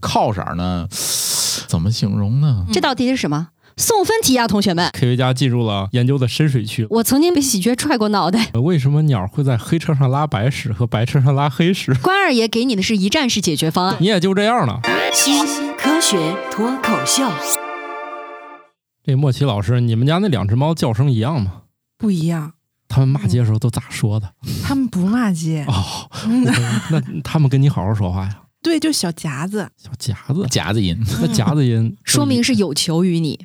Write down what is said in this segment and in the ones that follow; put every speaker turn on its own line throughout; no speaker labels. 靠色儿呢，怎么形容呢
这道题是什么？送分题呀、同学们！
科学家进入了研究的深水区。
我曾经被喜鹊踹过脑袋。
为什么鸟会在黑车上拉白屎和白车上拉黑屎？
关二爷给你的是一站式解决方案。
你也就这样了。
新科学脱口秀，
这莫奇老师，你们家那两只猫叫声一样吗？
不一样，
他们骂街的时候都咋说的？
他们不骂街，
哦，
嗯
那他们跟你好好说话呀，
对，就小夹子，
小夹子，
夹子音，
那夹子
嗯
音
说明是有求于你，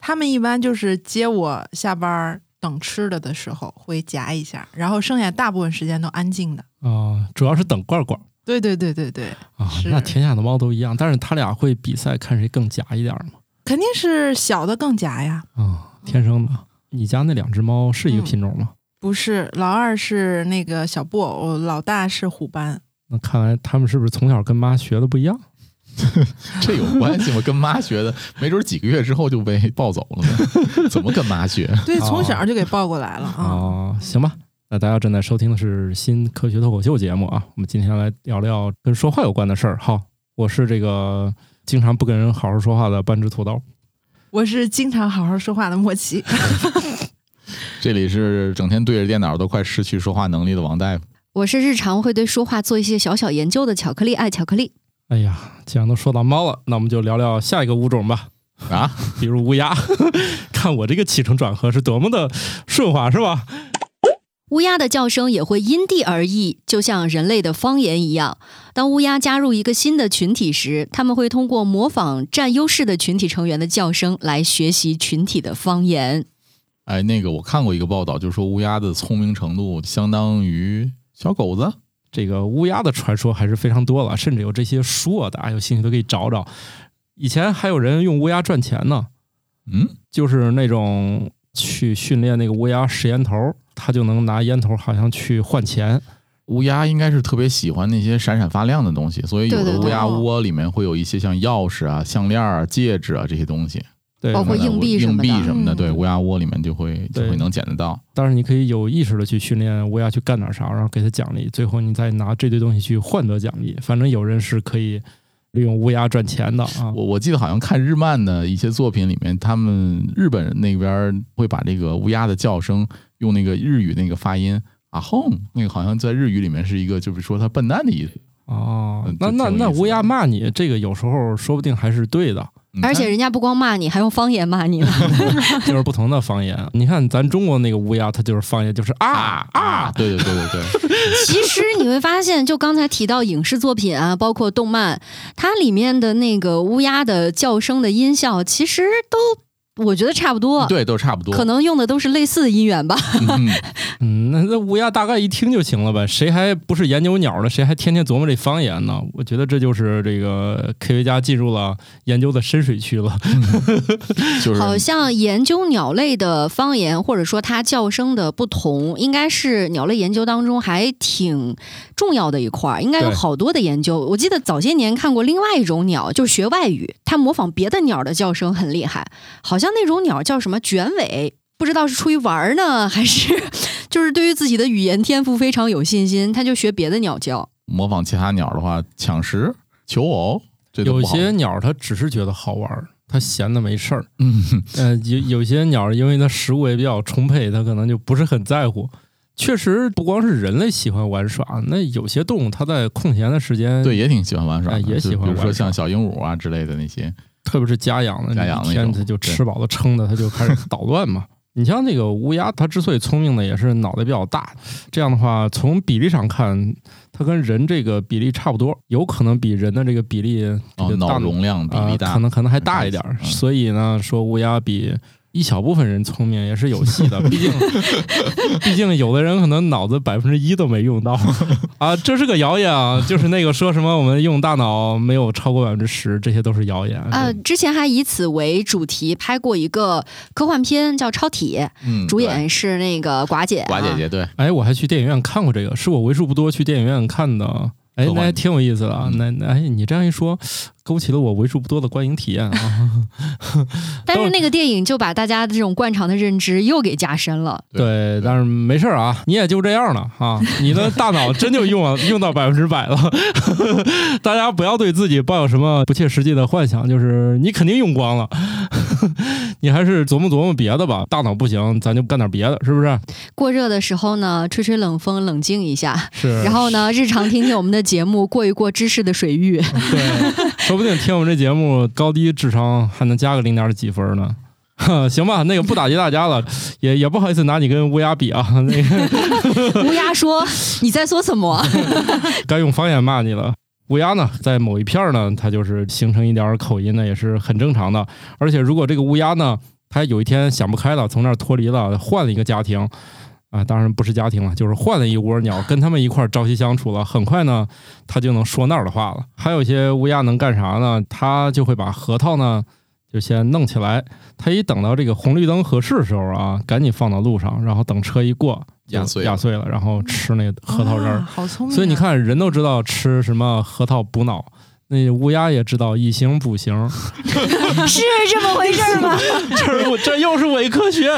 他们一般就是接我下班儿等吃的的时候会夹一下，然后剩下大部分时间都安静的。
啊、主要是等罐罐
对对对对对，
啊。
是
那天下的猫都一样，但是它俩会比赛看谁更夹一点嘛。
肯定是小的更夹呀。
啊，天生的。你家那两只猫是一个
嗯
品种吗？
不是，老二是那个小布偶，老大是虎斑。
那看来他们是不是从小跟妈学的不一样？
这有关系吗？跟妈学的，没准几个月之后就被抱走了呢。 怎么跟妈学？
对，
哦
从小就给抱过来了啊。
啊，行吧。那大家正在收听的是《新科学脱口秀》节目啊，我们今天来聊聊跟说话有关的事儿。好，我是这个经常不跟人好好说话的半只土豆。
我是经常好好说话的莫奇，
这里是整天对着电脑都快失去说话能力的王大夫。
我是日常会对说话做一些小小研究的巧克力爱巧克力。
哎呀，既然都说到猫了，那我们就聊聊下一个物种吧，
啊，
比如乌鸦。 看我这个起承转合是多么的顺滑，是吧？
乌鸦的叫声也会因地而异，就像人类的方言一样。当乌鸦加入一个新的群体时，它们会通过模仿占优势的群体成员的叫声来学习群体的方言。
哎，那个我看过一个报道，就说乌鸦的聪明程度相当于小狗子。
这个乌鸦的传说还是非常多了，甚至有这些书啊，大家有兴趣都可以找找。以前还有人用乌鸦赚钱呢，
嗯，
就是那种去训练那个乌鸦拾烟头，它就能拿烟头好像去换钱。
乌鸦应该是特别喜欢那些闪闪发亮的东西，所以有
对
的
对
乌
对
鸦窝里面会有一些像钥匙啊、项链啊、戒指啊这些东西，
对，
包括
可能
硬币什
硬
么的
币什么的，
嗯
对，乌鸦窝里面就会就
对
会能捡得到。
但是你可以有意识的去训练乌鸦去干点啥，然后给它奖励，最后你再拿这堆东西去换得奖励。反正有人是可以利用乌鸦赚钱的啊。
我我记得好像看日漫的一些作品里面，他们日本那边会把这个乌鸦的叫声用那个日语那个发音啊轰，那个好像在日语里面是一个就是说它笨蛋的意思。
哦
嗯，
那
挺
那
有意
那
思的
乌鸦骂你，这个有时候说不定还是对的，
嗯
而且人家不光骂你，还用方言骂你呢。
就是不同的方言。你看咱中国那个乌鸦，它就是方言，就是啊啊，
对对对对对，
其实你会发现，就刚才提到影视作品啊，包括动漫，它里面的那个乌鸦的叫声的音效，其实都 我觉得差不多，
对都差不多。
可能用的都是类似的音源吧。
嗯
嗯，那那乌鸦大概一听就行了呗，谁还不是研究鸟呢？谁还天天琢磨这方言呢？我觉得这就是这个科学家进入了研究的深水区了。
就是
好像研究鸟类的方言，或者说它叫声的不同，应该是鸟类研究当中还挺重要的一块儿，应该有
对
好多的研究。我记得早些年看过另外一种鸟，就是学外语，它模仿别的鸟的叫声很厉害，好像那种鸟叫什么卷尾，不知道是出于玩儿呢，还是就是对于自己的语言天赋非常有信心，它就学别的鸟叫。
模仿其他鸟的话，抢食、求偶，这都
有
不好
些鸟它只是觉得好玩儿，它闲的没事儿。
嗯，
呃，有有些鸟因为它食物也比较充沛，它可能就不是很在乎。确实，不光是人类喜欢玩耍，那有些动物它在空闲的时间，
对，，也挺喜欢玩耍的，
哎也喜欢
就比如
玩
说
耍
像小鹦鹉啊之类的那些，
特别是家养的，
家养
一
那
天
种
它就吃饱了撑的，它就开始捣乱 嘛。你像那个乌鸦，它之所以聪明呢，也是脑袋比较大。这样的话，从比例上看，它跟人这个比例差不多，有可能比人的这个比例这
哦
个，大
脑容量比例
啊、可
大，
能可能还大一点儿。
嗯
所以呢，说乌鸦比一小部分人聪明也是有戏 的，毕竟 毕竟有的人可能脑子百分之一都没用 到啊，这是个谣言啊，就是那个说什么我们用大脑没有超过百分之十，这些都是谣言。
嗯
呃，之前还以此为主题拍过一个科幻片叫《超体》，
嗯，
主
对
演是那个寡姐、啊，
寡姐姐对，
哎，我还去电影院看过这个，是我为数不多去电影院看的哎，
科
那
幻
还挺有意思的啊！
嗯
那那哎，你这样一说，勾起了我为数不多的观影体验啊！
但是那个电影就把大家的这种惯常的认知又给加深了。
对，但是没事儿啊，你也就这样了啊！你的大脑真就用了 用到百分之百了。 大家不要对自己抱有什么不切实际的幻想，就是你肯定用光了， 你还是琢磨琢磨别的吧。大脑不行，咱就干点别的，是不是？
过热的时候呢，吹吹冷风，冷静一下。
是。
然后呢，日常听听我们的节目，过一过知识的水域。
对，说不定听我们这节目高低智商还能加个零点几分呢。 行吧，那个不打击大家了，也也不好意思拿你跟乌鸦比啊，那个
乌鸦说：“你在说什么
该用方言骂你了。乌鸦呢，在某一片儿呢，它就是形成一点儿口音呢，也是很正常的。而且如果这个乌鸦呢，它有一天想不开了，从那儿脱离了，换了一个家庭，啊，当然不是家庭了，就是换了一窝鸟，跟他们一块儿朝夕相处了。很快呢，它就能说那儿的话了。还有一些乌鸦能干啥呢？它就会把核桃呢。就先弄起来，它一等到这个红绿灯合适的时候啊，赶紧放到路上，然后等车一过，就
压碎了
压碎了，然后吃那个核桃仁儿
啊， 好聪明啊。
所以你看，人都知道吃什么核桃补脑，那乌鸦也知道以形补形，？”
是这么回事吗？
这我这又是伪科学。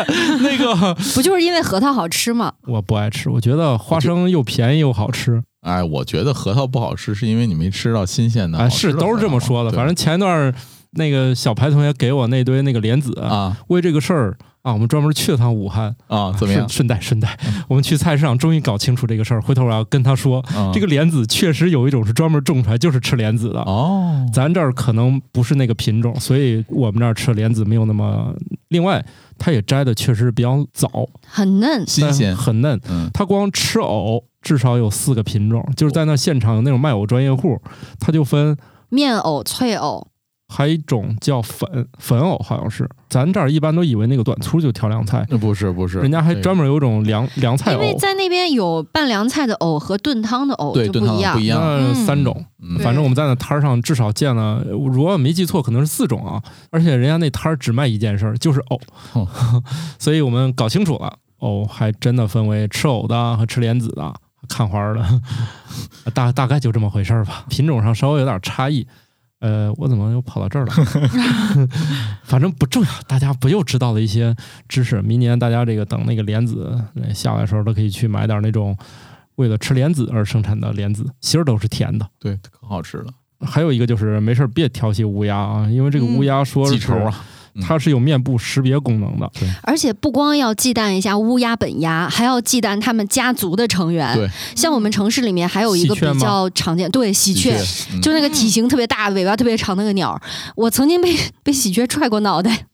那个
不就是因为核桃好吃吗？
我不爱吃，我觉得花生又便宜又好 吃
哎，我觉得核桃不好吃，是因为你没吃到新鲜的。
啊，
好吃
是都是这么说的。
核桃
反正前一段儿那个小排同学给我那堆那个莲子
对，啊
为这个事儿啊，我们专门去了趟武汉，
啊，怎么样
顺？顺带顺带，我们去菜市场终于搞清楚这个事儿，回头我要跟他说，
嗯
这个莲子确实有一种是专门种出来就是吃莲子的。
哦，
咱这儿可能不是那个品种，所以我们这儿吃莲子没有那么。另外，它也摘的确实比较早，
很嫩，
新
但
鲜，
很嫩。
嗯，
它光吃藕至少有四个品种，就是在那现场有那种卖藕专业户，它就分，
面藕、脆藕，
还有一种叫粉粉藕，好像是。咱这儿一般都以为那个短粗就调凉菜，
那不是不是，
人家还专门有一种凉凉菜
因为
藕，
在那边有拌凉菜的藕和炖汤的藕
对
就
炖
不
汤
一样
不一。样，
那三种。
嗯，
对
反正我们在那摊儿上至少见了，如果我没记错，可能是四种啊。而且人家那摊儿只卖一件事儿，就是藕，
哦
所以我们搞清楚了，藕还真的分为吃藕的和吃莲子的、看花儿的， 大大概就这么回事儿吧。品种上稍微有点差异。呃，我怎么又跑到这儿了？ 反正不重要，大家不又知道了一些知识。明年大家这个等那个莲子呃下来的时候，都可以去买点那种为了吃莲子而生产的莲子，芯儿都是甜的。
对，可好吃了，
还有一个就是没事儿别调戏乌鸦啊，因为这个乌鸦说
记
是
仇啊，嗯
它是有面部识别功能的。
而且不光要忌惮一下乌鸦本鸦，还要忌惮他们家族的成员
对。
像我们城市里面还有一个
喜鹊吗
比较常见，对，喜鹊。
嗯
就那个体型特别大、尾巴特别长那个鸟儿，我曾经被被喜鹊踹过脑袋，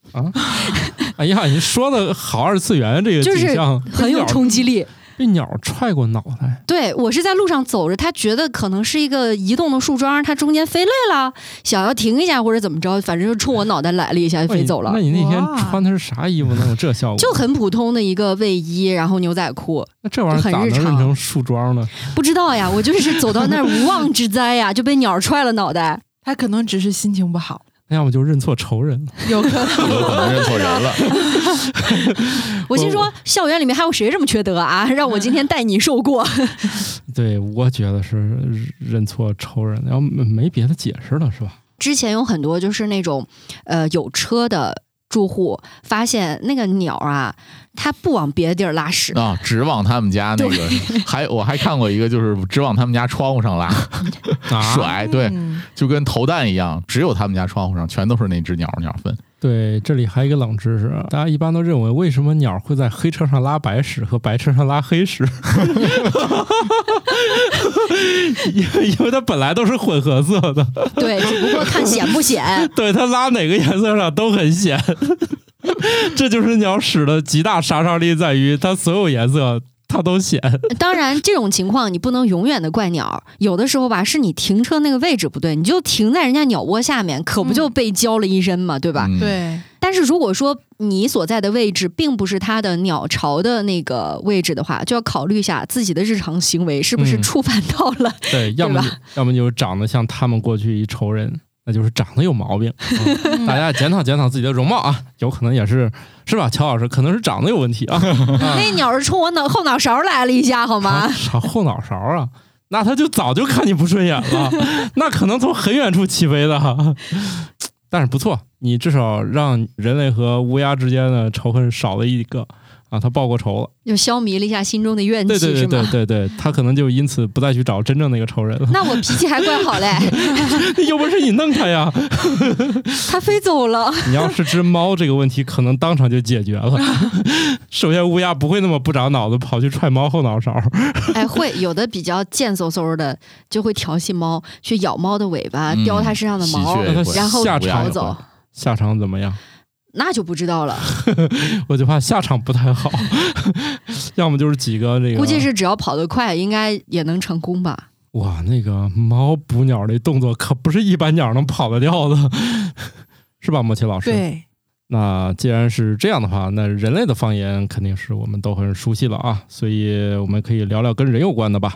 哎呀，你说的好二次元这个
就是
景象，
很有冲击力。
被鸟被鸟踹过脑袋，
对我是在路上走着，它觉得可能是一个移动的树桩，它中间飞累了，想要停一下或者怎么着，反正就冲我脑袋来了一下，哎就飞走了
那。你那天
哇
穿的是啥衣服能有这效果？
就很普通的一个卫衣，然后牛仔裤，
那这玩意儿
就很
咋能
日常
认成树桩呢？
不知道呀，我就是走到那儿无妄之灾呀，就被鸟儿踹了脑袋。
他可能只是心情不 好，
那要么就认错仇人了。
有可能。
有可能认错人了，
我心说，校园里面还有谁这么缺德啊？让我今天带你受过。
对，我觉得是认错仇人，然后没没别的解释了，是吧？
之前有很多就是那种呃有车的住户发现那个鸟啊，它不往别的地儿拉屎，
啊，直往他们家那个，还我还看过一个，就是直往他们家窗户上拉
啊，
甩，对，
嗯
就跟投弹一样，只有他们家窗户上全都是那只鸟鸟粪，
对，这里还有一个冷知识，大家一般都认为为什么鸟会在黑车上拉白屎和白车上拉黑屎？ 因为因为它本来都是混合色的，。
对，只不过看显不显
对它拉哪个颜色上都很显。这就是鸟屎的极大杀伤力，在于它所有颜色它都显。
当然，这种情况你不能永远的怪鸟，有的时候吧，是你停车那个位置不对，你就停在人家鸟窝下面，可不就被浇了一身嘛，对吧？
嗯，
对，
但是如果说你所在的位置并不是它的鸟巢的那个位置的话，就要考虑一下自己的日常行为是不是
嗯
触犯到了
对，要么就要么就长得像他们过去一仇人，那就是长得有毛病。嗯大家检讨检讨自己的容貌啊，有可能也是是吧？乔老师可能是长得有问题啊。
哎那鸟儿冲我脑后脑勺来了一下，好吗？
啥后脑勺啊？那他就早就看你不顺眼 了，那可能从很远处起飞的。但是不错，你至少让人类和乌鸦之间的仇恨少了一个啊，他报过仇了。
又消弭了一下心中的怨气，
对对对
是
对
吗？
对对，他可能就因此不再去找真正那个仇人了。
那我脾气还怪好嘞，
有本事你弄他呀！
它飞走了。
你要是只猫，这个问题可能当场就解决了。首先，乌鸦不会那么不长脑子跑去踹猫后脑勺。
哎，会有的比较贱嗖嗖的，就会调戏猫，去咬猫的尾巴，
嗯
叼它身上的毛
喜，鹊也会
然后
下场
逃
也
走
会。下场怎么样？
那就不知道了，
哎我就怕下场不太好， 要么就是几个这个，
估计是只要跑得快，应该也能成功吧。
哇，那个猫捕鸟这动作可不是一般鸟能跑得掉的，是吧，莫奇老师？。
对，
那既然是这样的话，那人类的方言肯定是我们都很熟悉了啊，所以我们可以聊聊跟人有关的吧。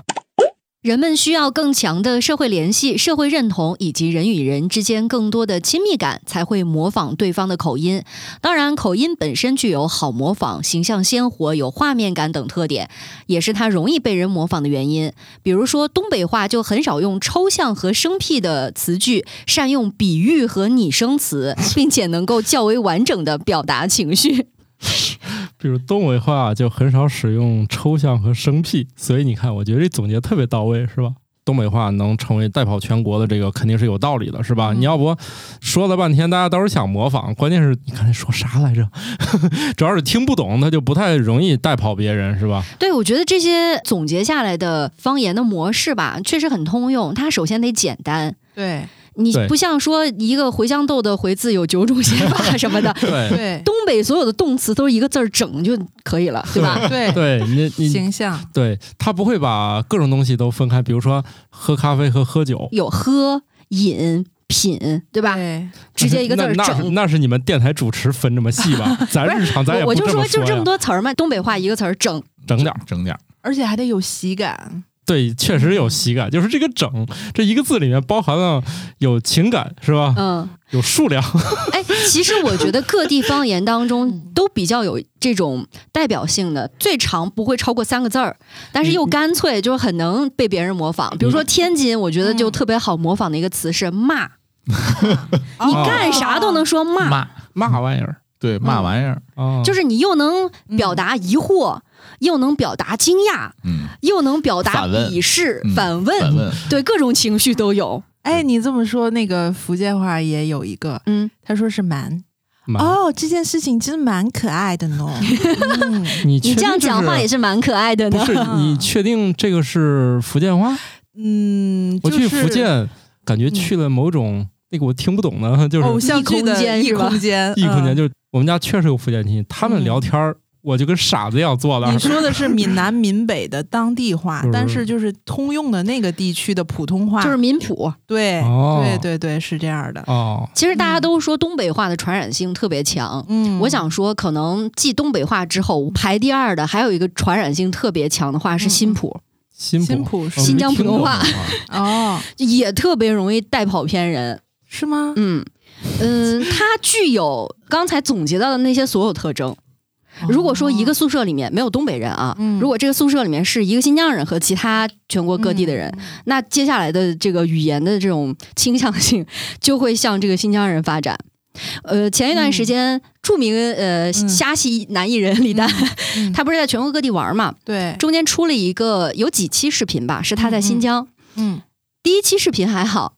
人们需要更强的社会联系、社会认同，以及人与人之间更多的亲密感，才会模仿对方的口音。当然，口音本身具有好模仿、形象鲜活、有画面感等特点，也是它容易被人模仿的原因。比如说，东北话就很少用抽象和生僻的词句，善用比喻和拟声词，并且能够较为完整的表达情绪。
比如东北话就很少使用抽象和生僻，所以你看，我觉得这总结特别到位，是吧？东北话能成为代跑全国的这个肯定是有道理的，是吧？
嗯
你要不说了半天，大家都是想模仿，关键是你 刚才说啥来着？主要是听不懂，他就不太容易带跑别人，是吧？
对，我觉得这些总结下来的方言的模式吧，确实很通用。它首先得简单。
对
你
对
不像说一个茴香豆的“茴”字有九种写法什么的，
对
对
东北所有的动词都是一个字儿整就可以了，对吧？
对，
对，你你
形象
对他不会把各种东西都分开，比如说喝咖啡和喝酒，
有喝、饮、品，对吧？
对
直接一个字儿
哎那那
整。
那是你们电台主持分这么细 吧？咱日常咱也
我
不
我就
这
说
么
就这
呀
么，多词儿嘛，东北话一个词儿整，
整点儿。
整点儿，
而且还得有喜感，
对，确实有喜感，就是这个“整”这一个字里面包含了有情感，是吧？
嗯，
有数量，
哎，其实我觉得各地方言当中
嗯
都比较有这种代表性的，最长不会超过三个字儿，但是又
嗯
干脆，就是很能被别人模仿。比如说天津，我觉得就特别好模仿的一个词是骂，你
哦
干啥都能说骂。嗯
骂
嘛玩意儿
对骂玩意儿，
啊？
就是你又能
嗯
表达疑惑，又能表达惊讶，
嗯，
又能表达
反问
鄙视、
嗯
反问，
反问
对各种情绪都有。
哎，你这么说，那个福建话也有一个，
嗯，
他说是蛮
嘛
哦，这件事情其实蛮可爱 的呢。嗯
你
你
确
这样
定
讲话
是
也是蛮可爱的
不
呢。 嗯
是？你确定这个是福建话？
嗯，
我
就
去
是
福建，感觉去了某种那个我听不懂的，就是
偶像剧的
异空间
异
是吧
空间，
异空间，
嗯
就是我们家确实有福建亲戚，他们
嗯
聊天儿，我就跟傻子一样坐那
你
儿。
说的是闽南、闽北的当地话
嗯，
但是就是通用的那个地区的普通话，
就是民谱，
对、
哦
对对对，是这样的。
哦，
其实大家都说东北话的传染性特别强。
嗯，
我想说，可能继东北话之后排第二的，还有一个传染性特别强的话是新浦，
新浦，
新浦
我
是
新
没
疆普
听
通
懂
话
啊
哦，
也特别容易带跑偏人。
是吗？
嗯嗯，它具有刚才总结到的那些所有特征。如果说一个宿舍里面没有东北人啊，
嗯
如果这个宿舍里面是一个新疆人和其他全国各地的
嗯
人，那接下来的这个语言的这种倾向性就会向这个新疆人发展。呃，前一段时间，著名呃
嗯
虾系男艺人李诞，
嗯
他不是在全国各地玩嘛？
对，
中间出了一个有几期视频吧，是他在新疆。
嗯，
第一期视频还好，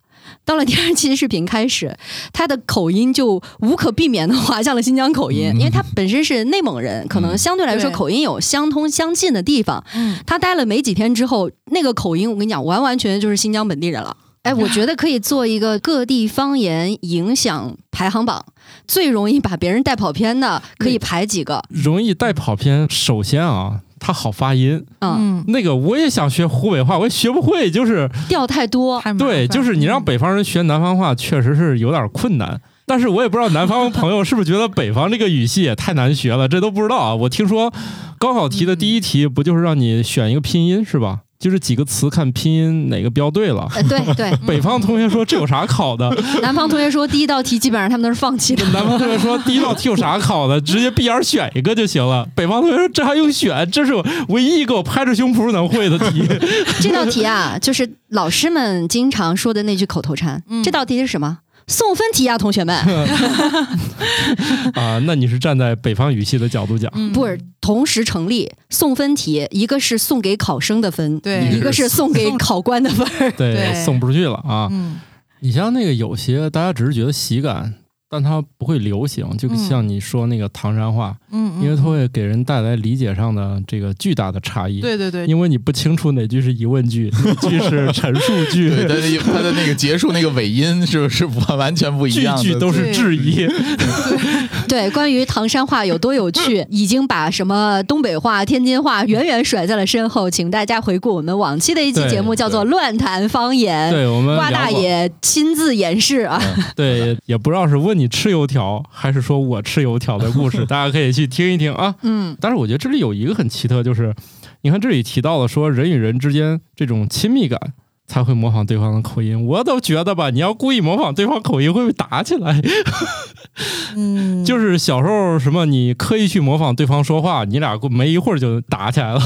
到了第二期视频开始，他的口音就无可避免的滑向了新疆口音，
嗯
因为他本身是内蒙人，可能嗯相对来说
对
口音有相通相近的地方。
嗯
他待了没几天之后，那个口音我跟你讲，完完全全就是新疆本地人了。哎，我觉得可以做一个各地方言影响排行榜，最容易把别人带跑偏的可以排几 个。
容易带跑偏。首先啊，它好发音，
嗯，
嗯，
那个我也想学湖北话，我也学不会，就是
调太多，
太麻
对，
烦
就是你让
嗯
北方人学南方话，确实是有点困难。但是我也不知道南方朋友是不是觉得北方这个语系也太难学了，这都不知道啊。我听说高考题的第一题不就是让你选一个拼音是吧？就是几个词看拼音哪个标对了。
呃，对对，
北方同学说这有啥考的？
南方同学说第一道题基本上他们都是放弃的。
南方同学说第一道题有啥考的？直接闭眼选一个就行了。北方同学说这还用选？这是我唯一一个我拍着胸脯能会的题。
这道题啊，就是老师们经常说的那句口头禅。
嗯
这道题是什么？送分题啊，同学们！
嗯啊，那你是站在北方语系的角度讲，
嗯
不是同时成立送分题，一个是送给考生的分，
对
一个是送给考官的分 儿。
对，
对
送不出去了啊。
嗯
你像那个有些大家只是觉得喜感，但它不会流行，就
嗯
像你说那个唐山话，
嗯，
因为它
嗯
会给人带来理解上的这个巨大的差异。
对对对，
因为你不清楚哪句是疑问 句，哪句是陈述句，
对，但是他的那个结束那个尾音是不是完完全不一
句
样的？
句都是质疑。
对，关于唐山话有多 有趣，已经把什么东北话、天津话远远甩在了身后。请大家回顾我们往期的一期
对
节目，叫做《乱谈方 言》，
对我们
瓜大
聊过，
爷亲自演示啊。
对也不知道是问你吃油条，还是说我吃油条的故 事，大家可以去听一听啊。
嗯
但是我觉得这里有一个很奇特，就是你看这里提到了说人与人之间这种亲密感才会模仿对方的口音，我都觉得吧，你要故意模仿对方口音会被打起来。
嗯，
就是小时候什么你刻意去模仿对方说话，你俩过没一会儿就打起来了。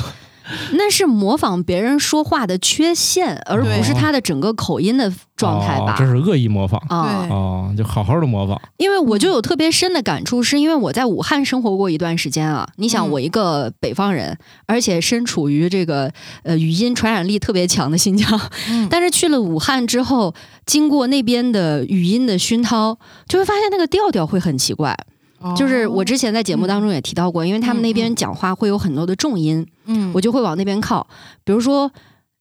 那是模仿别人说话的缺陷，而
对
不是他的整个口音的状态
哦
吧
这？是恶意模仿
啊、
对嗯
哦，就好好的模仿。
因为我就有特别深的感触，是因为我在武汉生活过一段时间啊。你想，
嗯
我一个北方人，而且身处于这个呃语音传染力特别强的新疆，
嗯
但是去了武汉之后，经过那边的语音的熏陶，就会发现那个调调会很奇怪。
哦
就是我之前在节目当中也提到过，因为他们那边讲话会有很多的重音，
嗯
我就会往那边靠。比如说，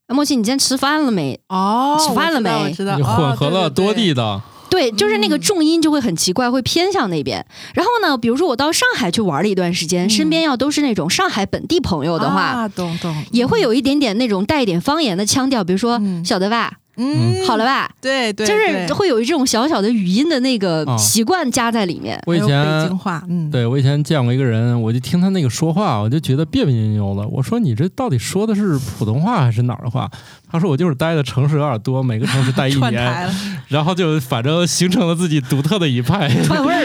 啊莫西，你今天吃饭了没？
哦，
吃
我
饭
知
了
道
没
我知道，哦
你混合了多地
地
的，
哦对，就是那个
嗯
重音就会很奇怪，会偏向那边。然后呢，比如说我到上海去玩了一段时间，
嗯
身边要都是那种上海本地朋友的话，
啊，懂懂，
也会有一点点那种带一点方言的腔调，比如说“
嗯
晓得吧”“
嗯，
好了，吧”，
对对，
就是
对
会有这种小小的语音的那个
哦
习惯加在里面。
我以
还有北
前
京话，嗯，
对我以前见过一个人，我就听他那个说话，我就觉得别别扭扭的。我说你这到底说的是普通话还是哪儿的话？他说我就是待的城市有点多，每个城市待一
串
年，
台了，
然后就反正形成了自己独特的一派。
串味儿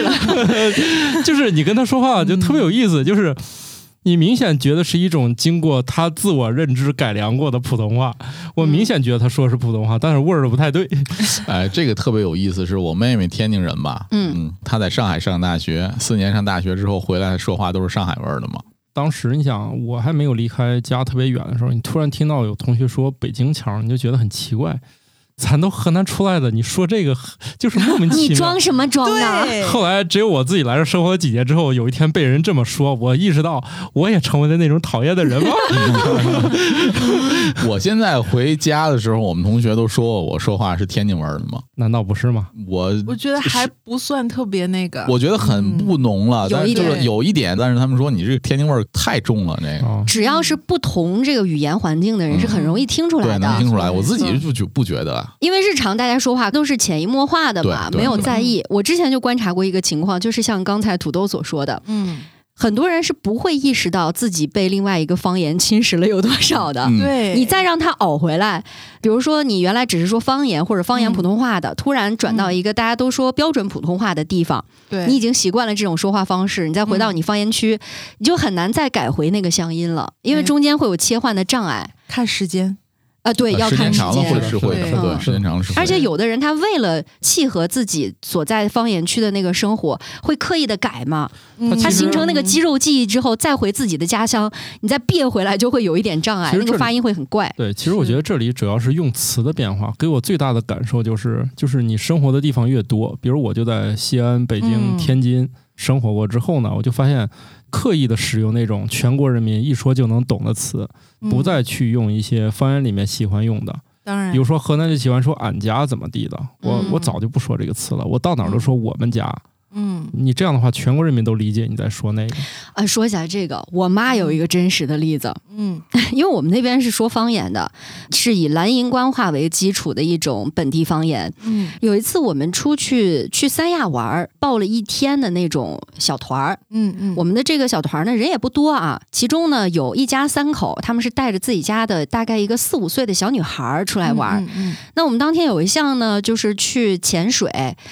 了，
就是你跟他说话就特别有意思，就是。你明显觉得是一种经过他自我认知改良过的普通话，我
嗯
明显觉得他说的是普通话，但是味儿不太对。
哎，这个特别有意思，是我妹妹天津人吧？
嗯
她在上海上大学，四年上大学之后回来说话都是上海味儿的嘛。
当时你想，我还没有离开家特别远的时候，你突然听到有同学说北京腔，你就觉得很奇怪。咱都河南出来的，你说这个就是莫名其
你
妙
装。什么装啊？
对，
后来只有我自己来这生活几年之后，有一天被人这么说，我意识到我也成为了那种讨厌的人吗？
我现在回家的时候，我们同学都说我说话是天津味儿的嘛。
难道不是吗？
我
我觉得还不算特别那个，
我觉得很不浓了，
呃嗯
但
有
是
一
就
点
是有一点，但是他们说你这个天津味儿太重了，这个。
哦，
只要是不同这个语言环境的人，
嗯
是很容易听出
对，
来的。嗯
能听出来，我自己
没
就就不觉得。
因为日常大家说话都是潜移默化的嘛，
对对
没有在意。我之前就观察过一个情况，就是像刚才土豆所说的，
嗯，
很多人是不会意识到自己被另外一个方言侵蚀了有多少的。
嗯，
对，
你再让他熬回来，比如说你原来只是说方言或者方言
嗯
普通话的，突然转到一个大家都说标准普通话的地方，
对
嗯
你已经习惯了这种说话方式，你再回到你方言区，你就很难再改回那个乡音了，因为
嗯
没
中间会有切换的障碍。
看时间，
啊，对，要
呃时
看
间
时
长了
间。
会是会的，
对
对，
嗯
时间长了是会的。
而且有的人他为了契合自己所在方言区的那个生活，会刻意的改嘛。
嗯
其
他
实
形成那个肌肉记忆之后，再回自己的家乡，你再别回来就会有一点障碍
其，实
那
这
个
里嗯
发音会很怪。
对，其实我
是
觉得这里主要是用词的变化，给我最大的感受就是，就是你生活的地方越多，比如我就在西安、北京、
嗯
天津生活过之后呢，我就发现刻意的使用那种全国人民一说就能懂的词，
嗯
不再去用一些方言里面喜欢用的，
当
嗯
然
比如
嗯
说河南就喜欢说俺家怎么地的，我我早就不说这个词了，我到哪儿都说我们家。
嗯，
你这样的话，全国人民都理解你在说那个。
啊，说起来这个，我妈有一个真实的例子，
嗯
因为我们那边是说方言的，是以兰银官话为基础的一种本地方言。
嗯
有一次我们出去去三亚玩儿，报了一天的那种小团儿。
嗯嗯，
我们的这个小团儿呢人也不多啊，其中呢有一家三口，他们是带着自己家的大概一个四五岁的小女孩儿出来玩儿。
嗯嗯
那我们当天有一项呢就是去潜水，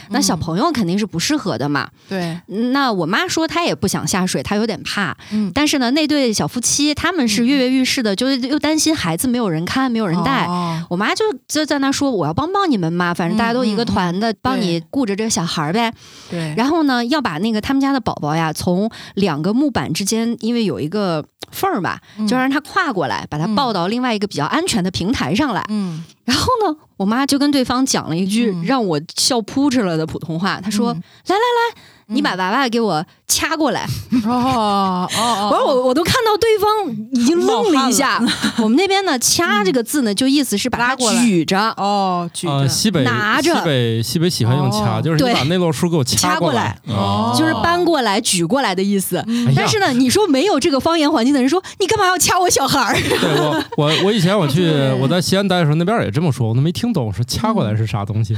那小
嗯
朋友肯定是不适合的嘛。
对，
那我妈说她也不想下水，她有点怕。
嗯，
但是呢，那对小夫妻他们是跃跃欲试的，就是又担心孩子没有人看、没有人带。
哦
我妈就就在那说：“我要帮帮你们嘛，反正大家都
嗯
一个团的，帮你顾着这个小孩儿呗。
对，
然后呢，要把那个他们家的宝宝呀，从两个木板之间，因为有一个缝儿吧，
嗯
就让他跨过来，把他抱到另外一个比较安全的平台上来。
嗯，
然后呢，我妈就跟对方讲了一句
嗯
让我笑扑哧了的普通话，她说：“
嗯
来来来，你
嗯
把娃娃给我掐过来。”
哦哦哦，
完， 我我都看到对方已经愣了一下。 我们那边呢，掐这个字呢，就意思是把
嗯拉
它
过来
举着。
哦举
啊、
着
西北
拿着
西北西北喜欢用掐，
哦
就是你
对
把那摞书给我掐
掐过
来
来。
哦
就是搬过来、举过来的意思，
哎呀
但是呢，你说没有这个方言环境的人说，你干嘛要掐我小孩儿？
对我，我我以前 我去
对
我在西安待的时候，那边也这么说，我都没听懂，我说掐过来
嗯
是啥东西？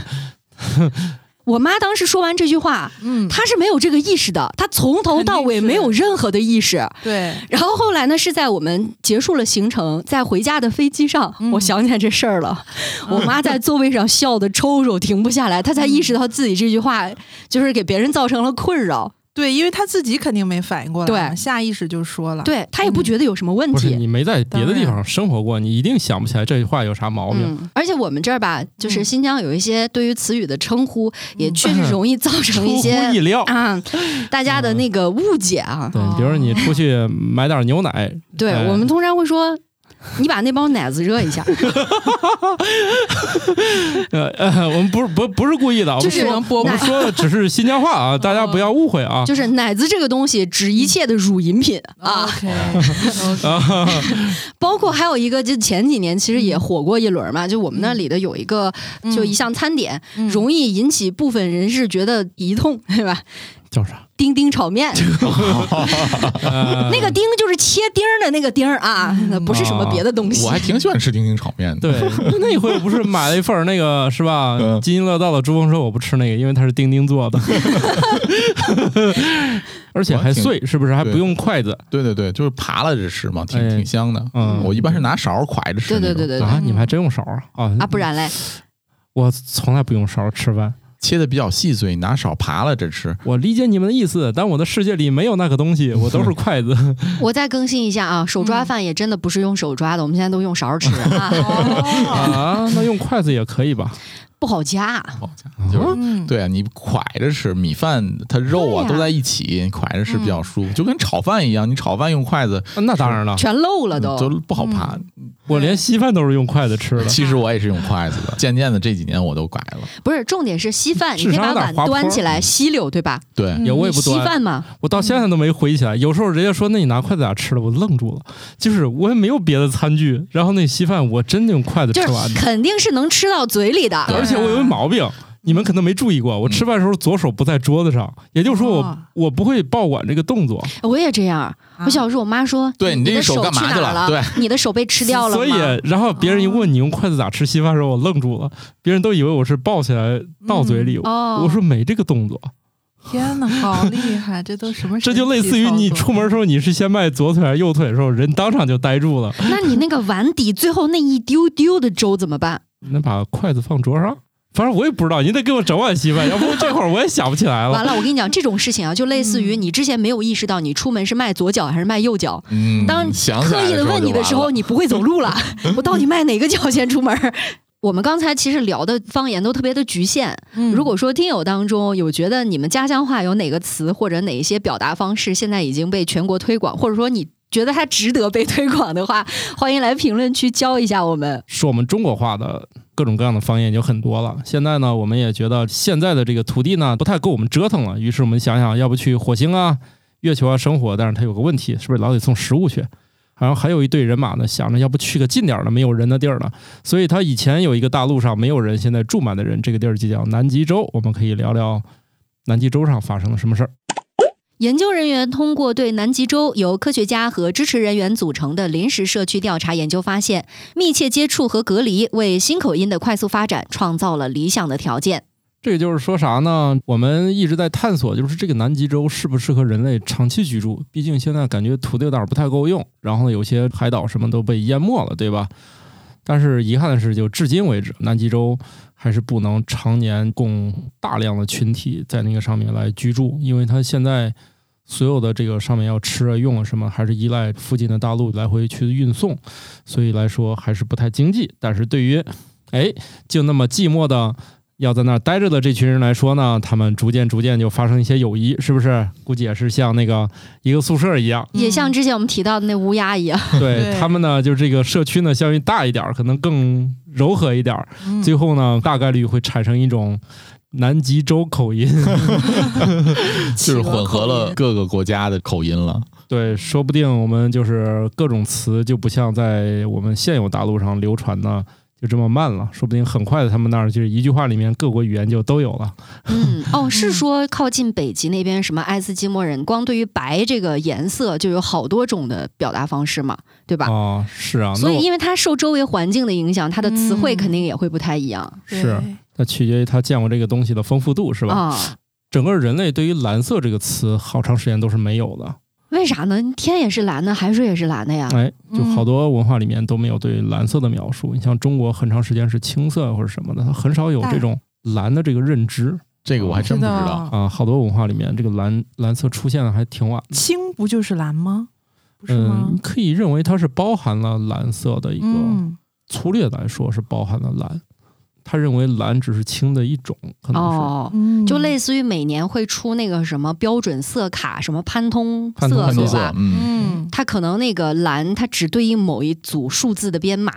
我妈当时说完这句话，
嗯
她是没有这个意识的，她从头到尾
肯定是
没有任何的意识。
对，
然后后来呢，是在我们结束了行程，在回家的飞机上，
嗯
我想起来这事儿了。
嗯
我妈在座位上笑的抽抽停不下来，她才意
嗯
识到自己这句话就是给别人造成了困扰。
对，因为他自己肯定没反应过来
对
嘛，下意识就说了，
对她也不觉得有什么问
啊嗯不是
题。
你没在别的地方生活过，你一定想不起来这句话有啥毛病。
嗯，而且我们这儿吧，就是
嗯
新疆有一些对于词语的称呼，也确实容易造
嗯出
成一
乎
些
意料，嗯
啊，大家的那个误解啊。
对，比如说你出去买点牛奶，
对
哎
我们通常会说， 你把那包奶子热一下，
呃，呃我们不是不不是故意的，我
就
们
是
说
播
我
吗
们说的只是新疆话啊，大家不要误会啊。
就是奶子这个东西指一切的乳饮品
嗯
啊。
，OK，
包括还有一个，就前几年其实也火过一轮嘛，
嗯
就我们那里的有一个，就一项餐点、
嗯
容易引起部分人士觉得疑痛， 对吧？
叫啥？
丁丁炒 面，
嗯呃
那个丁就是切丁儿的那个丁儿啊，
嗯
那不是什么别的东西。
我还挺喜欢吃丁丁炒面的。
对，那回我不是买了一份儿那个是吧
嗯？
津津乐道的珠峰说我不吃那个，因为它是钉钉做 的， 而且还碎，是不是？还不用筷子？
对对对，就是扒拉着吃嘛，挺
哎
挺香的。
嗯
我一般是拿勺儿蒯着 吃
对
那种。
对对对对
啊，你们还真用勺啊？啊
啊，不然 嘞，
我从来不用勺吃饭。
切的比较细碎，你拿勺扒拉着吃。
我理解你们的意思，但我的世界里没有那个东西，我都是筷子。
我再更新一下啊，手
嗯
抓饭也真的不是用手抓的，我们现在都用勺吃 啊，
哦，
啊，那用筷子也可以吧？
不好夹。
好家伙，就是
嗯，
对啊，你蒯着吃，米饭它肉
对
啊
呀嗯
都在一起，你蒯着吃比较舒服，就跟炒饭一样，你炒饭用筷子
啊那当然了，
全漏了
嗯
都，
就不好扒。
我连稀饭都是用筷子吃的。
其实我也是用筷子的，渐渐的这几年我都改了。
不是重点是稀饭，你
智
可以
商有
把
点
碗
滑坡
端起来吸溜，对吧？
对，
嗯
也我也不
你稀
端，
饭嘛，
我到现在都没回忆起来。有时候人家说那你拿筷子咋吃的，我愣住了，就是我也没有别的餐具，然后那稀饭我真的用筷子
就
吃完
是
的，
肯定是能吃到嘴里的。
而且我有
嗯
一毛病。你们可能没注意过，我吃饭的时候左手不在桌子上，也就是说我、
哦
我不会抱碗这个动作，
我也这样。
啊
我小时候，我妈说：“
对你
你
这
的
手干嘛
去
去
哪儿
了
了？你的手被吃掉了
所以
吗，
然后别人一问你用筷子咋吃稀饭的时候，我愣住了，别人都以为我是抱起来到嘴里，
哦
我说没这个动作，
天哪，好厉害，这都什么？
这就类似于你出门的时候你是先迈左腿还是右腿的时候，人当场就呆住了，
那你那个碗底最后那一丢丢的粥怎么办？
那把筷子放桌上。反正我也不知道，你得给我整碗稀饭，要不这会儿我也想不起来
完
了。
了，我跟你讲，这种事情啊，就类似于你之前没有意识到你出门是迈左脚还是迈右脚。
嗯，
当
想起
刻
来
意的问你的时
就完
候，
了，
你不会走路了。我到底迈哪个脚先出门 儿？我们刚才其实聊的方言都特别的局限，
嗯，
如果说听友当中有觉得你们家乡话有哪个词或者哪一些表达方式现在已经被全国推广，或者说你觉得它值得被推广的话， 欢迎来评论区教一下我们。
说我们中国话的各种各样的方言已经很多了。现在呢，我们也觉得现在的这个土地呢不太够我们折腾了，于是我们想想，要不去火星啊、月球啊生活。但是它有个问题，是不是老得送食物去？然后还有一队人马呢，想着要不去个近点儿的没有人的地儿呢。所以它以前有一个大陆上没有人，现在住满的人，这个地儿就叫南极洲。我们可以聊聊南极洲上发生了什么事儿。
研究人员通过对南极洲由科学家和支持人员组成的临时社区调查研究发现，密切接触和隔离为新口音的快速发展创造了理想的条件。
这也就是说啥呢？我们一直在探索，就是这个南极洲适不适合人类长期居住。毕竟现在感觉土地有点不太够用，然后呢，有些海岛什么都被淹没了，对吧？但是遗憾的是，就至今为止，南极洲还是不能常年供大量的群体在那个上面来居住，因为它现在所有的这个上面要吃啊、用啊什么，还是依赖附近的大陆来回去运送，所以来说还是不太经济。但是对于哎，就那么寂寞的要在那儿待着的这群人来说呢，他们逐渐逐渐就发生一些友谊，是不是？估计也是像那个一个宿舍一样，
也像之前我们提到的那乌鸦一样，
对
对
他们呢，就是这个社区呢，相对大一点儿，可能更柔和一点儿，
嗯
最后呢，大概率会产生一种南极洲口音，
就是混合了各个国家的口音了。
对，说不定我们就是各种词就不像在我们现有大陆上流传的就这么慢了，说不定很快的他们那儿就是一句话里面各国语言就都有了。
嗯，哦，是说靠近北极那边什么爱斯基摩人，光对于白这个颜色就有好多种的表达方式嘛，对吧？
哦，是啊，
所
那
以，
我
因为它受周围环境的影响，它的词汇肯定也会不太一样
是它取决于他见过这个东西的丰富度，是吧？嗯
啊、
整个人类对于蓝色这个词好长时间都是没有的，
为啥呢？天也是蓝的，海水也是蓝的呀。
哎，就好多文化里面都没有对蓝色的描述。你像中国很长时间是青色或者什么的，它很少有这种蓝的这个认知
这个我还真不知道。
啊。好多文化里面这个蓝蓝色出现的还挺晚的。
青不就是蓝吗？不是吗
嗯，你？可以认为它是包含了蓝色的一个，
嗯，
粗略来说是包含了蓝。他认为蓝只是青的一种，可能是。
哦，
嗯
就类似于每年会出那个什么标准色卡，什么潘通
潘通
色，
潘多
对
色
吧，？
嗯，
嗯，
它可能那个蓝，它只对应某一组数字的编码，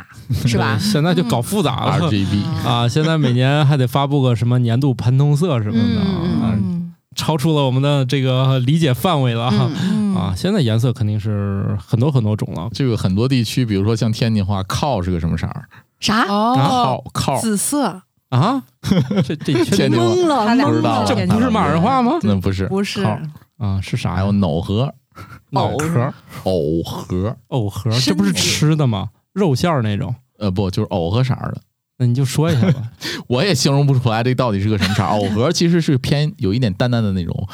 是吧 嗯
对？现在就搞复杂了、
RGB
啊！现在每年还得发布个什么年度潘通色什么的啊，
嗯
啊
嗯
超出了我们的这个理解范围了啊。
嗯，
嗯
啊，，现在颜色肯定是很多很多种了。
这个很多地区，比如说像天津话，靠是个什么色儿？
啥？
哦，
靠靠，
紫色
啊，这这确
天
定
津
吗
话
懵了，
他俩
不
懵
知道
了
了，
这不是骂人话吗？
那不是
不是
靠
啊，是啥
还
呀
有？藕盒，
藕盒，
藕盒，
藕盒，这不是
身体
吃的吗？肉馅儿那种。
呃，不就是藕和色儿的？
那你就说一下吧。
我也形容不出来这到底是个什么色儿。藕盒其实是偏有一点淡淡的那种，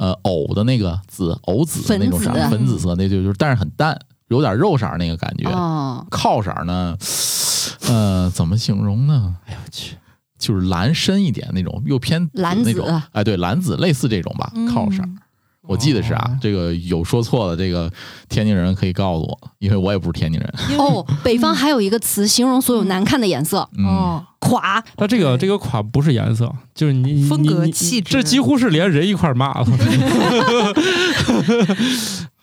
呃，藕的那个紫，藕紫的那种色儿，
粉紫
粉紫色，那就就是，但是很淡，有点肉色儿那个感觉。
哦，
靠色儿呢，呃，怎么形容呢？
哎呦我去，
就是蓝深一点那种，又偏紫
蓝紫
那种，哎，对，蓝紫类似这种吧，
嗯
靠色儿。我记得是啊
哦，
这个有说错的，这个天津人可以告诉我，因为我也不是天津人。
哦，北方还有一个词形容所有难看的颜色，
嗯，
哦，
垮。
那这个这
对
个垮不是颜色，就是你你
风格
你
气质
这几乎是连人一块儿骂了。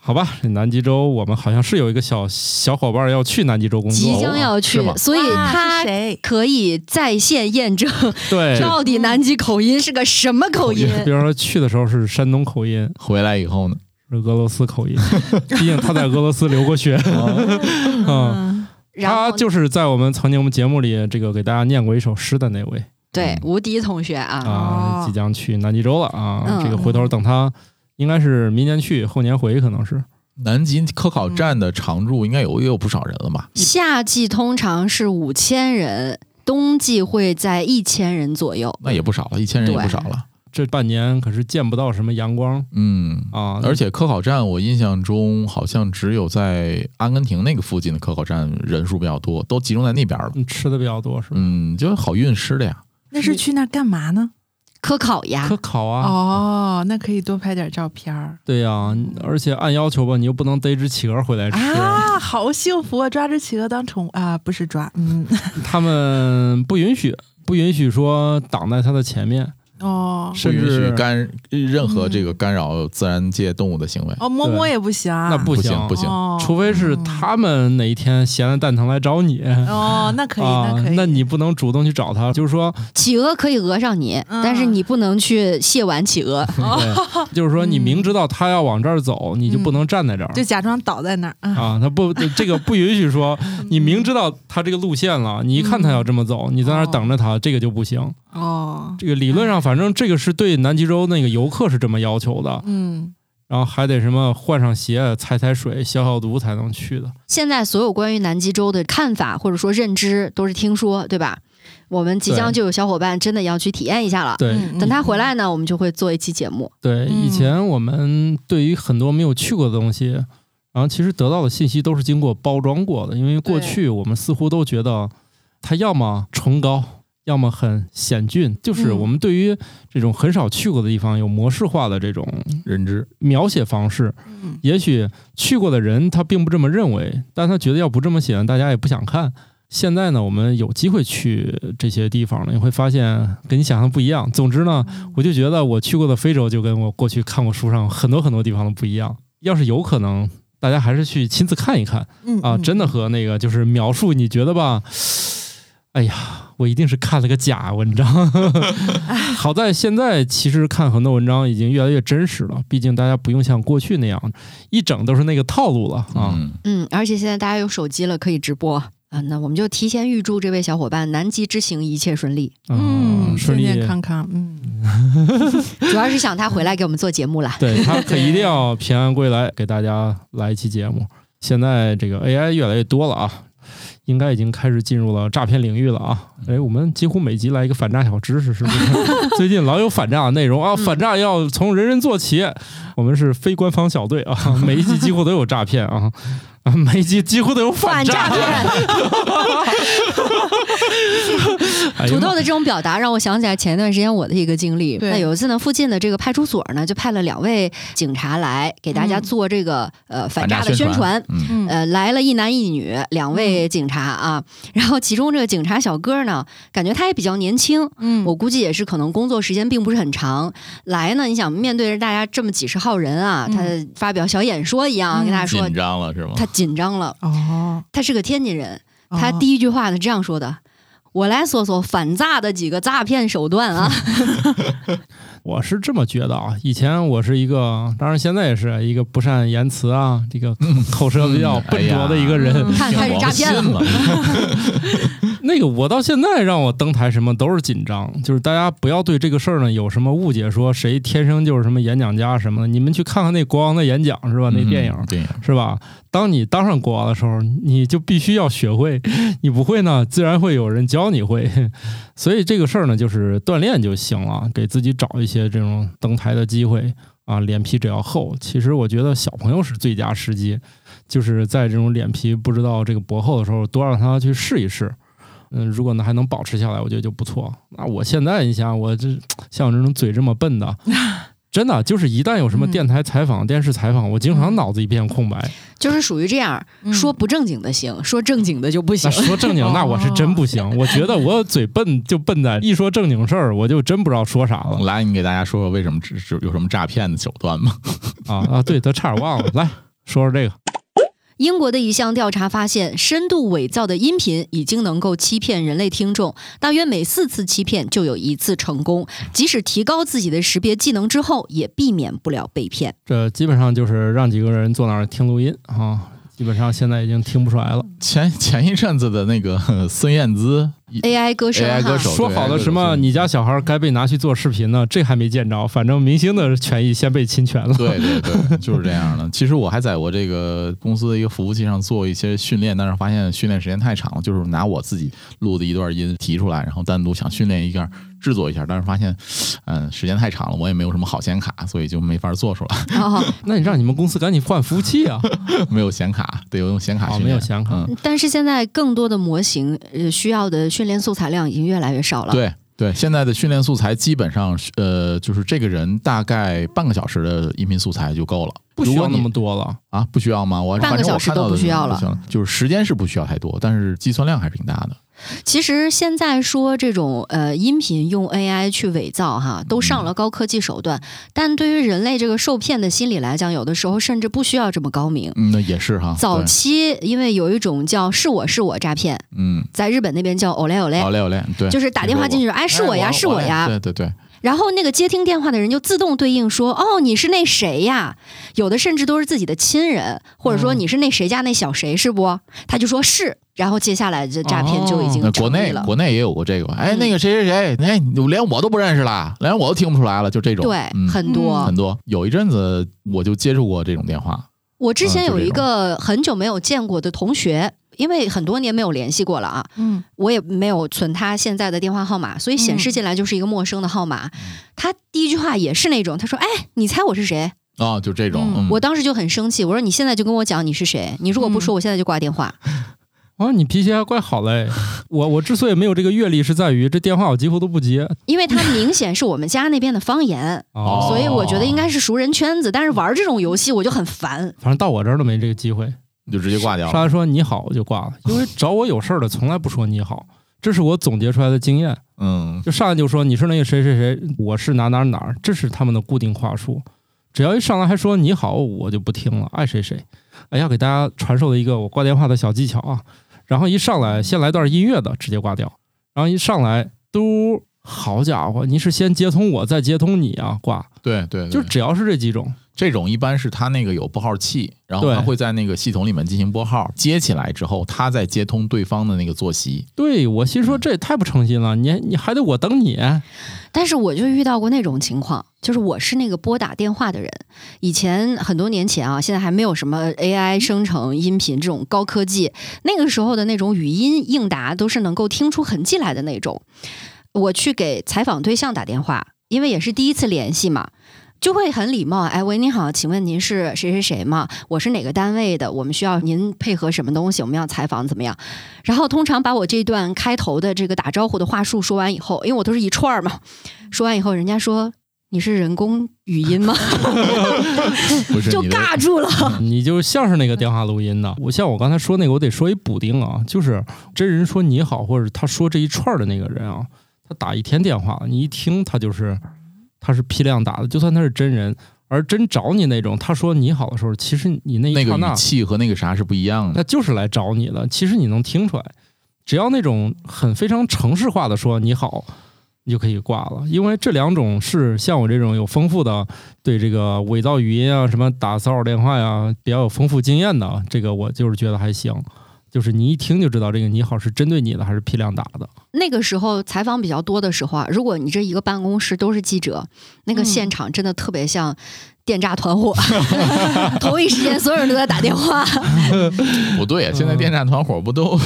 好吧，南极洲我们好像是有一个小小伙伴要去南极洲工作，
即将要去
是吗，
所以
啊
他
是谁？
可以在线验证
对，
到底南极口音是个什么口音。
比方说去的时候是山东口音，
回来以后呢，
是俄罗斯口音，毕竟他在俄罗斯留过学。
哦
嗯，
然
他
后
就是在我们曾经我们节目里这个给大家念过一首诗的那位
对无敌同学啊，
啊，
哦
即将去南极洲了啊
嗯。
这个回头等他应该是明年去，后年回可能是。
南极科
嗯
考站的常驻应该有也有不少人了吧？
夏季通常是五千人，冬季会在一千人左右。
那也不少了，一千人也
对
不少了。
这半年可是见不到什么阳光
嗯，
啊，
而且科考站我印象中好像只有在阿根廷那个附近的科考站人数比较多，都集中在那边了。
嗯吃的比较多是吧？
嗯，就好运吃的呀。
那是去那儿干嘛呢？
科考呀
科，考啊，
哦，那可以多拍点照片儿
对呀、而且按要求吧，你又不能逮只企鹅回来吃。
啊，好幸福啊！抓只企鹅当宠物啊，不是抓，嗯，
他们不允许，不允许说挡在它的前面，
哦
不
甚
允许
至
干任何这
嗯
个干扰自然界动物的行为，
哦，摸摸也不行啊，
那不
不行不行。
哦
除非是他们哪一天闲的蛋疼来找你。
哦，那可以，
啊
那可以，，
那你不能主动去找他，就是说，
企鹅可以讹上你，
嗯
但是你不能去卸完企鹅。
哦
对，就是
嗯
说，你明知道他要往这儿走，你就不能站在这儿
就假装倒在那儿啊，
啊。他不，这个不允
嗯
许说，你明知道他这个路线了，你一看他要这么走，你在那儿等着他，这个就不行。
哦，
这个理论上，反正这个是对南极洲那个游客是这么要求的，
嗯，
然后还得什么换上鞋、踩踩水、消消毒才能去的。
现在所有关于南极洲的看法或者说认知都是听说，对吧？我们即将
对
就有小伙伴真的要去体验一下了。
对、
嗯
等他回来呢，我们就会做一期节目。
对，
嗯
以前我们对于很多没有去过的东西，然后其实得到的信息都是经过包装过的，因为过
对
去我们似乎都觉得它要么崇高，要么很险峻，就是
嗯
我们对于这种很少去过的地方有模式化的这种
认知
描写方式。
嗯
也许去过的人他并不这么认为，但他觉得要不这么写，大家也不想看。现在呢，我们有机会去这些地方了，你会发现跟你想象不一样。总之呢，我就觉得我去过的非洲就跟我过去看过书上很多很多地方的不一样。要是有可能，大家还是去亲自看一看
嗯
啊，真的和那个就是描述，你觉得吧？哎呀，我一定是看了个假文章。 好在现在其实看很多文章已经越来越真实了，毕竟大家不用像过去那样一整都是那个套路了啊。
嗯
嗯，而且现在大家有手机了，可以直播啊。那我们就提前预祝这位小伙伴南极之行一切顺利，
嗯，
啊顺
健
利。
健康康，嗯，
主要是想他回来给我们做节目了。
对他可一定要平安归来，给大家来一期节目。现在这个 AI 越来越多了啊，应该已经开始进入了诈骗领域了啊。哎，我们几乎每集来一个反诈小知识，是不是？ 最近老有反诈的内容
嗯
啊，反诈要从人人做起。我们是非官方小队啊， 每一集几乎都有诈骗啊。啊，每一集几乎都有
反
诈
诈骗，
哎呀
土豆的这种表达让我想起来前一段时间我的一个经历。
对
那有一次呢，附近的这个派出所呢，就派了两位警察来给大家
嗯
做这个、呃反诈的宣
宣
传。
嗯
嗯
呃，来了一男一女两位警察啊，然后其中这个警察小哥呢，感觉他也比较年轻，
嗯
我估计也是可能工作时间并不是很长。来呢，你想面对着大家这么几十号人啊，
嗯
他发表小演说一
嗯
样、跟大家说
紧，张了是吗？
他紧张了。
哦，
他是个天津人，
哦
他第一句话呢这样说的：“我来说说反诈的几个诈骗手段啊。
我是这么觉得啊，以前我是一个，当然现在也是一个不善言辞啊，这个口
哎
舌比
嗯
较笨拙的一个人。
嗯
看开始诈骗了
了，
那个我到现在让我登台什么都是紧张，就是大家不要对这个事儿呢有什么误解，说谁天生就是什么演讲家什么的。你们去看看那国王的演讲是吧？那电影、
嗯电影
是吧？当你当上国王的时候，你就必须要学会，你不会呢，自然会有人教你会。 所以这个事儿呢，就是锻炼就行了，给自己找一些这种登台的机会啊，脸皮只要厚。其实我觉得小朋友是最佳时机，就是在这种脸皮不知道这个薄厚的时候，多让他去试一试。嗯，如果呢还能保持下来，我觉得就不错。那我现在你想，我这像我这种嘴这么笨的， 真的就是一旦有什么
嗯
电台采访、电视采访，我经常脑子一片空白。
就是属于这样，
嗯
说不正经的行，说正经的就不行
那。说正经，那我是真不行。我觉得我嘴笨就笨在一说正经事儿，我就真不知道说啥了
来，你给大家说说为什么只只有什么诈骗的手 段吗？
啊啊！对，他差点忘了，来说说这个。
英国的一项调查发现，深度伪造的音频已经能够欺骗人类听众，大约每四次欺骗就有一次成功。即使提高自己的识别技能之后，也避免不了被骗。
这基本上就是让几个人坐那儿听录音啊，基本上现在已经听不出来了。
前前一阵子的那个 呵孙燕姿
AI 歌啊声
AI
哈
歌手
说好的什么你家小孩该被拿去做视频呢？这还没见着，反正明星的权益先被侵权 了。
对对对，就是这样的。其实我还在我这个公司的一个服务器上做一些训练，但是发现训练时间太长了，就是拿我自己录的一段音提出来，然后单独想训练一下、制作一下，但是发现，嗯，时间太长了，我也没有什么好显卡，所以就没法做出来，
哦，
那你让你们公司赶紧换服务器啊！
没有显卡，得用显卡
哦
训练。
没有显卡
嗯，
但是现在更多的模型，呃，需要的训练素材量已经越来越少了。
对。对，现在的训练素材基本上，呃，就是这个人大概半个小时的音频素材就够了。
不需
如
要
果
那
你
么多了。
啊，不需要吗？我
半个
反正我
小时
看到
都
的
不需要
是
了
行就是时间是不需要太多，但是计算量还是挺大的。
其实现在说这种呃音频用 AI 去伪造哈，都上
嗯
了高科技手段，但对于人类这个受骗的心理来讲，有的时候甚至不需要这么高明。
嗯，那也是哈。
早
对
期因为有一种叫“是我是我”诈骗，
嗯，
在日本那边叫 “ole ole”，
哦好嘞好嘞，对，
就是打电话进去，哎，是我呀，
哎
是我呀。
对对对，
然后那个接听电话的人就自动对应说：“哦，你是那谁呀？”有的甚至都是自己的亲人，或者说
嗯
你是那谁家那小谁是不？他就说是，然后接下来这诈骗就已经
哦那国
成立
内
了。
国内也有过这个，哎，
嗯
那个谁谁谁，哎，连我都不认识啦，连我都听不出来了，就这种，
对，
嗯
很多。
嗯
很多。有一阵子我就接触过这种电话，
我之前
嗯就
有
这
一
种
个很久没有见过的同学，因为很多年没有联系过了啊，
嗯，
我也没有存他现在的电话号码，所以显示进来就是一个陌生的号码。他第一句话也是那种，他说：“哎，你猜我是谁
啊，就这种
嗯，
嗯，
我当时就很生气，我说：“你现在就跟我讲你是谁，你如果不说，我现在就挂电话。
哇，啊你脾气还怪好嘞！我我之所以没有这个阅历，是在于这电话我几乎都不接，啊
因为他明显是我们家那边的方言，
哦
所以我觉得应该是熟人圈子。但是玩这种游戏我就很烦。
反正到我这儿都没这个机会。
就直接挂掉
上
了。
来说你好，我就挂了，因为找我有事儿的从来不说你好，这是我总结出来的经验。
嗯，
就上来就说你是那个谁谁谁，我是哪哪哪儿，这是他们的固定话术。只要一上来还说你好，我就不听了，爱谁谁。哎呀，给大家传授了一个我挂电话的小技巧啊。然后一上来先来段音乐的，直接挂掉。然后一上来嘟，好家伙，你是先接通我，再接通你啊，挂。
对对，对
就只要是这几种，
这种一般是它那个有拨号器，然后
对
它会在那个系统里面进行拨号，接起来之后，它再接通对方的那个 坐席。
对我心说这也太不诚心了，你你还得我等你，啊
但是我就遇到过那种情况，就是我是那个拨打电话的人。以前很多年前啊，现在还没有什么 AI 生成音频这种高科技，那个时候的那种语音应答都是能够听出痕迹来的那种。我去给采访对象打电话，因为也是第一次联系嘛。就会很礼貌，哎，喂，您好，请问您是谁谁谁吗？我是哪个单位的？我们需要您配合什么东西？我们要采访怎么样？然后通常把我这段开头的这个打招呼的话术说完以后，因为我都是一串儿嘛，说完以后，人家说你是人工语音吗？
不是
就
你的
尬住了。
你就像是那个电话录音的。我像我刚才说那个，我得说一补丁啊，就是真人说你好，或者他说这一串儿的那个人啊，他打一天电话，你一听他就是他是批量打的，就算他是真人，而真找你那种，他说你好的时候，其实你那一
那
刹
个
那
语，气和那个啥是不一样的。
他就是来找你的，其实你能听出来。只要那种很非常城市化的说你好，你就可以挂了，因为这两种是像我这种有丰富的对这个伪造语音啊、什么打骚扰电话呀、比较有丰富经验的啊，这个我就是觉得还行。就是你一听就知道这个你好是针对你的还是批量打的。
那个时候采访比较多的时候啊，如果你这一个办公室都是记者，那个
嗯
现场真的特别像电诈团 伙， 同一时间所有人都在打电话，
不对，现在电站团伙不都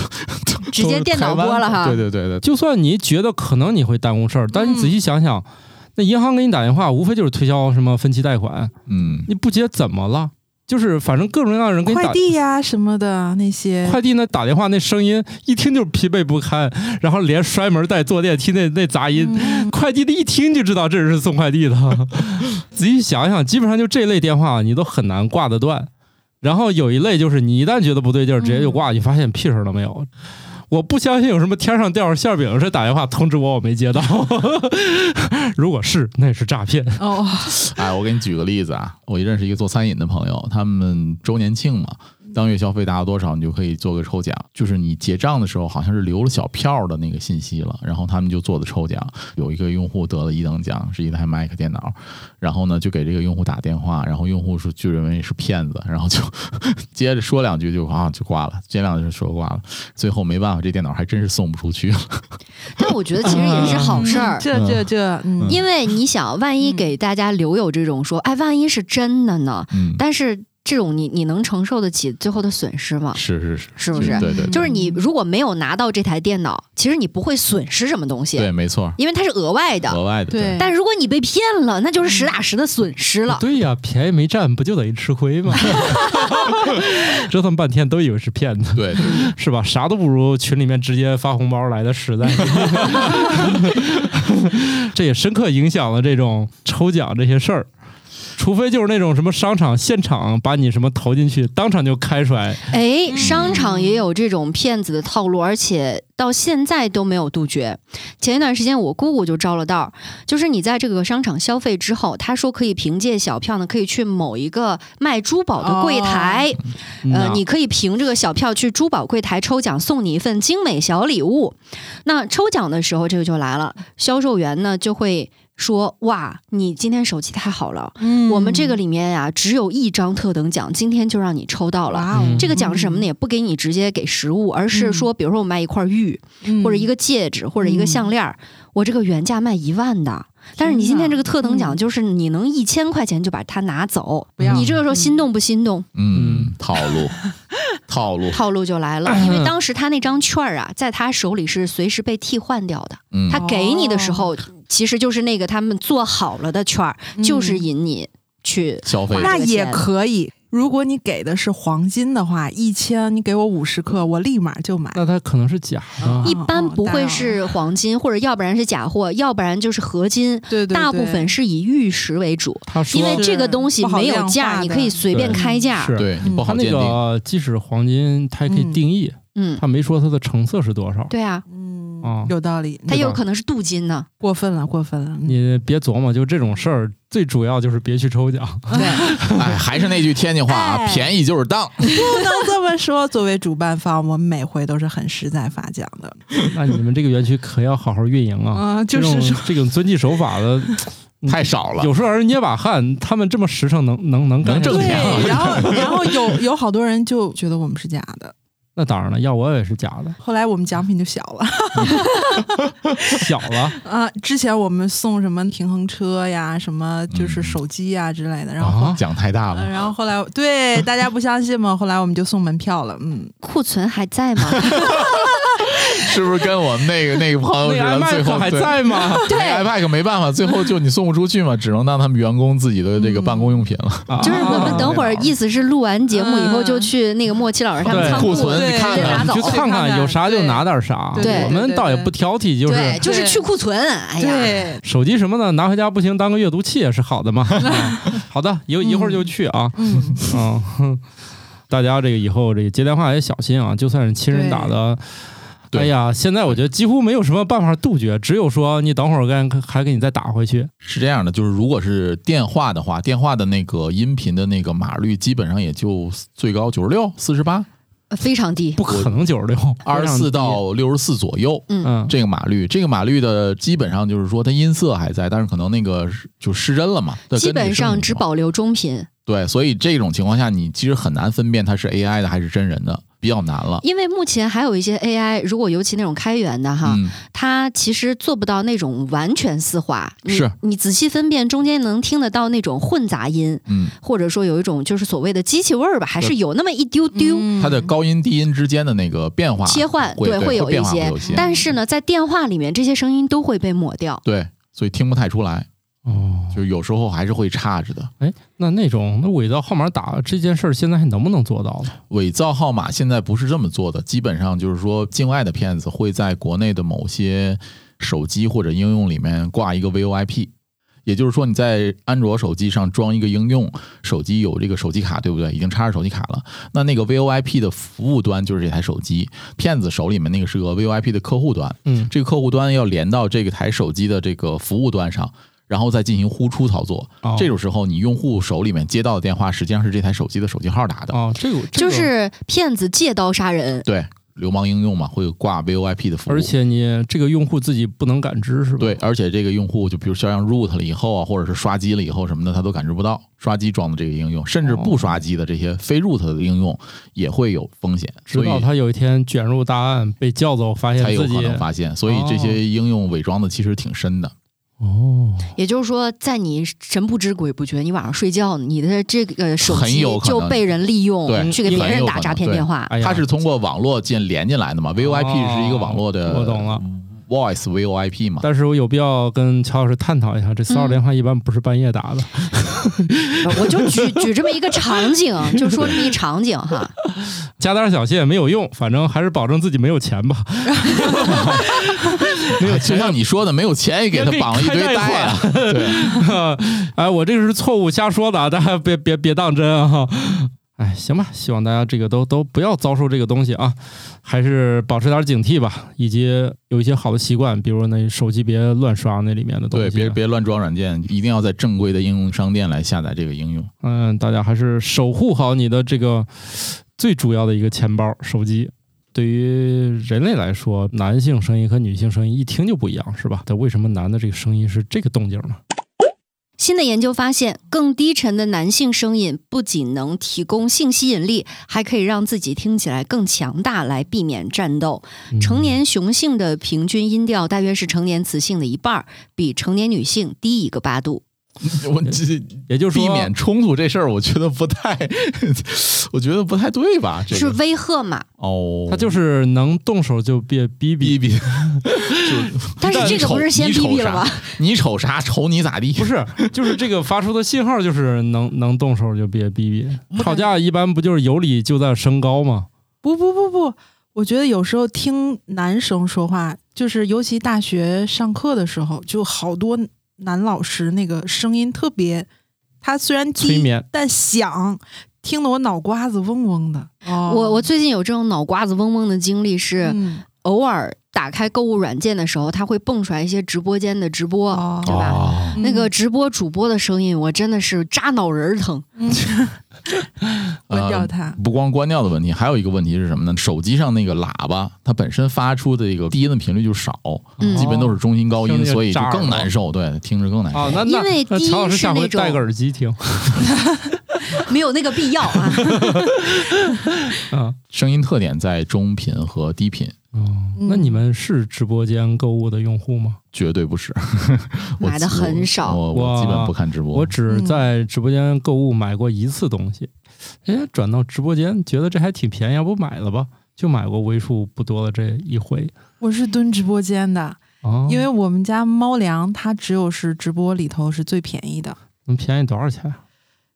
直接电脑拨了哈。
对对对对，
就算你觉得可能你会耽误事儿，但你
嗯
仔细想想，那银行给你打电话，无非就是推销什么分期贷款，
嗯，
你不接怎么了？就是反正各种各样的人给你打
快递呀、什么的那些，
快递那打电话那声音一听就是疲惫不堪，然后连摔门带坐电梯那那杂音，
嗯
快递的一听就知道这是送快递的。仔细想想，基本上就这类电话你都很难挂得断。然后有一类就是你一旦觉得不对劲儿，直接就挂，你发现屁事儿都没有。我不相信有什么天上掉着馅儿饼是打电话通知我我没接到，如果是那也是诈骗。
哦，
哎，我给你举个例子啊，我认识一个做餐饮的朋友，他们周年庆嘛，当月消费达到多少，你就可以做个抽奖。就是你结账的时候，好像是留了小票的那个信息了，然后他们就做的抽奖。有一个用户得了一等奖，是一台 Mac 电脑，然后呢就给这个用户打电话，然后用户是就认为是骗子，然后就 接着说两句就啊就挂了，接两句就说挂了。最后没办法，这电脑还真是送不出去了。
但我觉得其实也是好事儿
嗯。这这这，嗯，
因为你想，万一给大家留有这种说，哎，万一是真的呢？
嗯，
但是这种你你能承受得起最后的损失吗？
是是是，
是不是？
对对对
就是
嗯
你如果没有拿到这台电脑，其实你不会损失什么东西，
对，没错，
因为它是额外的。
额外的
对
但如果你被骗了，那就是实打实的损失了。
对呀，便宜没占，不就等于吃亏吗？ 折腾半天都以为是骗子。
对对
是吧？啥都不如群里面直接发红包来的实在。 这也深刻影响了这种抽奖这些事儿。除非就是那种什么商场现场把你什么投进去，当场就开出来，
哎，商场也有这种骗子的套路，而且到现在都没有杜绝。前一段时间我姑姑就着了道儿，就是你在这个商场消费之后，她说可以凭借小票呢，可以去某一个卖珠宝的柜台，
嗯啊
呃，
那
你可以凭这个小票去珠宝柜台抽奖，送你一份精美小礼物。那抽奖的时候，这个就来了，销售员呢就会说哇，你今天手气太好了，
嗯
我们这个里面呀、只有一张特等奖，今天就让你抽到了。
哇嗯哦
嗯
这个奖是什么呢？也不给你直接给实物，而是说，比如说我卖一块玉，
嗯
或者一个戒指，或者一个项链儿，我这个原价卖一万的，但是你今天这个特等
嗯
奖就是你能一千块钱就把它拿走，
不要
你这个时候心动不心动？
嗯，套路，套路，
套路就来了，
嗯
因为当时他那张券儿啊，在他手里是随时被替换掉的，
嗯，
他给你的时候，其实就是那个他们做好了的券儿，就是
哦嗯
引你去。
消费者
那
这个
也
钱
可以。如果你给的是黄金的话，一千，你给我五十克，我立马就买。
那它可能是假的
嗯
一般不会
哦
是黄金，或者要不然是假货，要不然就是合金。
对对对，
大部分是以玉石为主，
他说
因为
是
这个东西
不好
没有
量
价，
化
你
的
可以随便
对
开价。
是
对你
嗯
不
它
好
那
鉴定，
个即使黄金，它也可以定义，
嗯，
它没说它的成色是多少。
对啊，
啊
嗯，有道理。
它
对
有
吧
可能是镀金呢。
过分了，过分了。嗯
你别琢磨，就这种事儿，最主要就是别去抽奖。
对，
哎，还是那句天津话啊，
哎
便宜就是当。
不能这么说。 作为主办方，我们每回都是很实在发奖的。
那你们这个园区可要好好运营啊！
啊，就
这
是
种
说，
这种遵纪守法 的，
太少了，啊
有时候让人捏把汗，他们这么实诚，能能能干
能挣
这个
钱
事儿
啊
对，然后然后有有好多人就觉得我们是假的，
那当然了，要我也是假的，
后来我们奖品就小了。
小了，
啊，之前我们送什么平衡车呀，什么就是手机呀之类的，然后。
嗯啊
讲太大
呃
了。
然后后来，对大家不相信嘛？后来我们就送门票了，嗯，
库存还 在吗？
是 不是跟我们那个那个朋友似
那
的？最
iMac
后
还
对
在 吗？
那个 iMac 没办法，最后就你送不出去嘛，只能当他们员工自己的这个办公用品了。
啊
就是我
哦
们等会儿，意思是录完节目以
嗯
后就去那个莫奇老师他们
对啊
仓
库
库，
存
对
你看
对拿
看
走
去看看有啥就拿点啥。
对
对
我们倒也不挑剔，就是
对，就是
对
去库存。哎呀，
对，
手机什么的拿回家不行，当个阅读器也是好的 嘛。啊好的，一一会儿就去啊。
嗯，
嗯，哼大家这个以后这个接电话也小心啊，就算是亲人打的。
对
哎呀，现在我觉得几乎没有什么办法杜绝，只有说你等会儿该还给你再打回去。
是这样的，就是如果是电话的话，电话的那个音频的那个码率基本上也就最高九十六、四十八、
非常低。
不可能九十六，
二十四到六十四左右。
嗯，
这个码率，这个码率的基本上就是说它音色还在，但是可能那个是就失真了嘛，它跟
基
那
本
个声音
上
有
只
关
保留中频，
对，所以这种情况下，你其实很难分辨它是 AI 的还是真人的，比较难了。
因为目前还有一些 AI，如果尤其那种开源的 哈，
嗯，
它其实做不到那种完全丝滑。你
是，
你仔细分辨中间能听得到那种混杂音，
嗯，
或者说有一种就是所谓的机器味儿吧，还是
对
有那么一
嗯
丢丢。
它的高音低音之间的那个变化
嗯切换
啊会
对
对
会有
变
一
化
些
有些，
但是呢，在电话里面，这些声音都会被抹掉。
对，所以听不太出来，
哦，
就是有时候还是会差着的。
哎，那那种那伪造号码打这件事儿，现在还能不能做到了？
伪造号码现在不是这么做的，基本上就是说，境外的骗子会在国内的某些手机或者应用里面挂一个 VoIP，也就是说你在安卓手机上装一个应用，手机有这个手机卡，对不对？已经插上手机卡了，那那个 VoIP 的服务端就是这台手机，骗子手里面那个是个 VoIP 的客户端，
嗯，
这个客户端要连到这个台手机的这个服务端上。然后再进行呼出操作，
哦
这种时候你用户手里面接到的电话实际上是这台手机的手机号打的，
哦，这个这
就
个
是骗子借刀杀人，
对，流氓应用嘛，会挂 VoIP 的服务。
而且你这个用户自己不能感知是吧？
对，而且这个用户就比如像让 root 了以后啊，或者是刷机了以后什么的，他都感知不到。刷机装的这个应用，甚至不刷机的这些非 root 的应用也会有风险，
直
所以
到他有一天卷入大案被叫走，发现
才有
自己
可能发现。所以这些应用伪装的其实挺深的。
哦，
也就是说，在你神不知鬼不觉，你晚上睡觉，你的这个手
很
机
有可
就
能
被人利用，
对
去给别
很
人
有可
打
能
诈骗
对
电话。
哎呀，哦
它是通过网络进连进来的嘛，VoIP 是一个网络的，
我懂了。
，Voice VoIP 嘛。
但是我有必要跟乔老师探讨一下，这骚扰电话一般不是半夜打的，
我就举举这么一个场 景，就说这么一场景哈，
加点小谢没有用，反正还是保证自己没有钱吧。 没有
就
钱，
像你说的，没有钱也给他绑了一堆带啊！对，
哎，我这个是错误瞎说的，啊，大家别别别当真啊！哎，行吧，希望大家这个都都不要遭受这个东西啊，还是保持点警惕吧，以及有一些好的习惯，比如那手机别乱刷那里面的东西啊。
对，别别乱装软件，一定要在正规的应用商店来下载这个应用。
嗯，大家还是守护好你的这个最主要的一个钱包、手机。对于人类来说，男性声音和女性声音一听就不一样，是吧？但为什么男的这个声音是这个动静呢？
新的研究发现，更低沉的男性声音不仅能提供性吸引力，还可以让自己听起来更强大，来避免战斗。
嗯
成年雄性的平均音调大约是成年雌性的一半儿，比成年女性低一个八度。
我这
嗯也就是说
避免冲突这事儿，我觉得不太， 我觉得不太对吧？这
是
个
威吓嘛？
哦，
他就是能动手就别逼逼
逼逼，
但是这个不是先逼逼了吗？
你瞅啥？瞅你咋地？
不是，就是这个发出的信号就是能 能动手就别逼逼。吵架一般不就是有理就在声高吗？
不不不不，我觉得有时候听男生说话，就是尤其大学上课的时候，就好多男老师那个声音特别，他虽然
催
低，
眠，
但响，听得我脑瓜子嗡嗡的。哦
我我最近有这种脑瓜子嗡嗡的经历是，
嗯
偶尔打开购物软件的时候，它会蹦出来一些直播间的直播，
哦嗯
对吧？
哦
那个直播主播的声音，我真的是扎脑仁儿疼。
嗯关掉它，
不光关掉的问题，还有一个问题是什么呢？手机上那个喇叭，它本身发出的这个低音的频率就少，
嗯
基本都是中音高
听
音，
着就
所以就
炸耳
更
朵
难受，对，听着更难受。
啊，那
因为
那那
低音
乔老师
是
下
那
回
种
戴个耳机听。
没有那个必要啊。
啊，
声音特点在中频和低频，
哦，
嗯
嗯
那你们是直播间购物的用户吗？
绝对不是。我
买的很少
我我
哇
基本不看直播。
我只在直播间购物买过一次东西，哎，转到直播间觉得这还挺便宜，要不买了吧？就买过为数不多的这一回。
我是蹲直播间的，
哦，
因为我们家猫粮它只有是直播里头是最便宜的。
能便宜多少钱？啊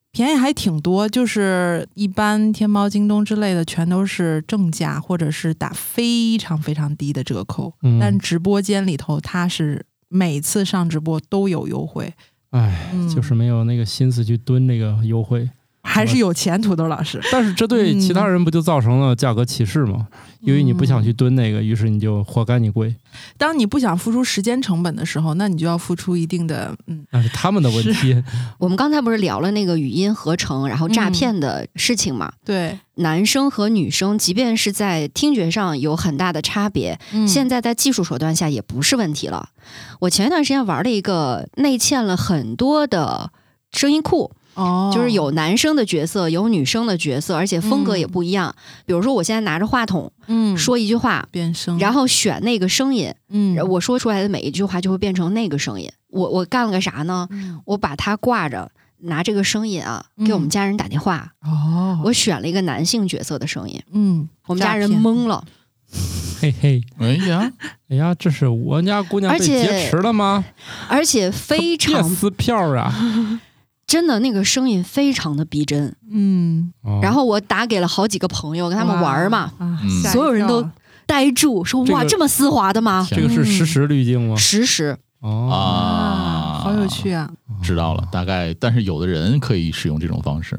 便宜还挺多，就是一般天猫、京东之类的全都是正价，或者是打非常非常低的折扣。
嗯
但直播间里头，它是每次上直播都有优惠，
哎，
嗯
就是没有那个心思去蹲这个优惠。
还是有钱。土豆老师，
但是这对其他人不就造成了价格歧视吗？由于你不想去蹲那个，于是你就活该你贵，
当你不想付出时间成本的时候，那你就要付出一定的嗯。
那是他们的问题。
我们刚才不是聊了那个语音合成，然后
嗯
诈骗的事情嘛？
对，
男生和女生，即便是在听觉上有很大的差别，现
在
在在技术手段下也不是问题了。我前一段时间玩了一个内嵌了很多的声音库，
哦，
就是有男生的角色，有女生的角色，而且风格也不一样。比如说，我现在拿着话筒
嗯
说一句话，
变声，
然后选那个声音，
嗯
我说出来的每一句话就会变成那个声音。我我干了个啥呢？
嗯
我把它挂着，拿这个声音啊
嗯
给我们家人打电话。
哦，
我选了一个男性角色的声音，
嗯，
我们家人
诈骗
懵了。
嘿嘿，
哎呀，
哎呀，这是我们家姑娘被
而且
劫持了吗？
而且非
别
常
撕票啊！
真的那个声音非常的逼真。
嗯，
哦
然后我打给了好几个朋友，跟他们玩儿嘛，
哇，啊
嗯
吓一
所有人
跳
都呆住，说
这
哇
个
这么丝滑的吗？
天
啊这个是实时滤镜吗？
实时
哦，
啊
啊，，好有趣啊！
知道了，大概。但是有的人可以使用这种方式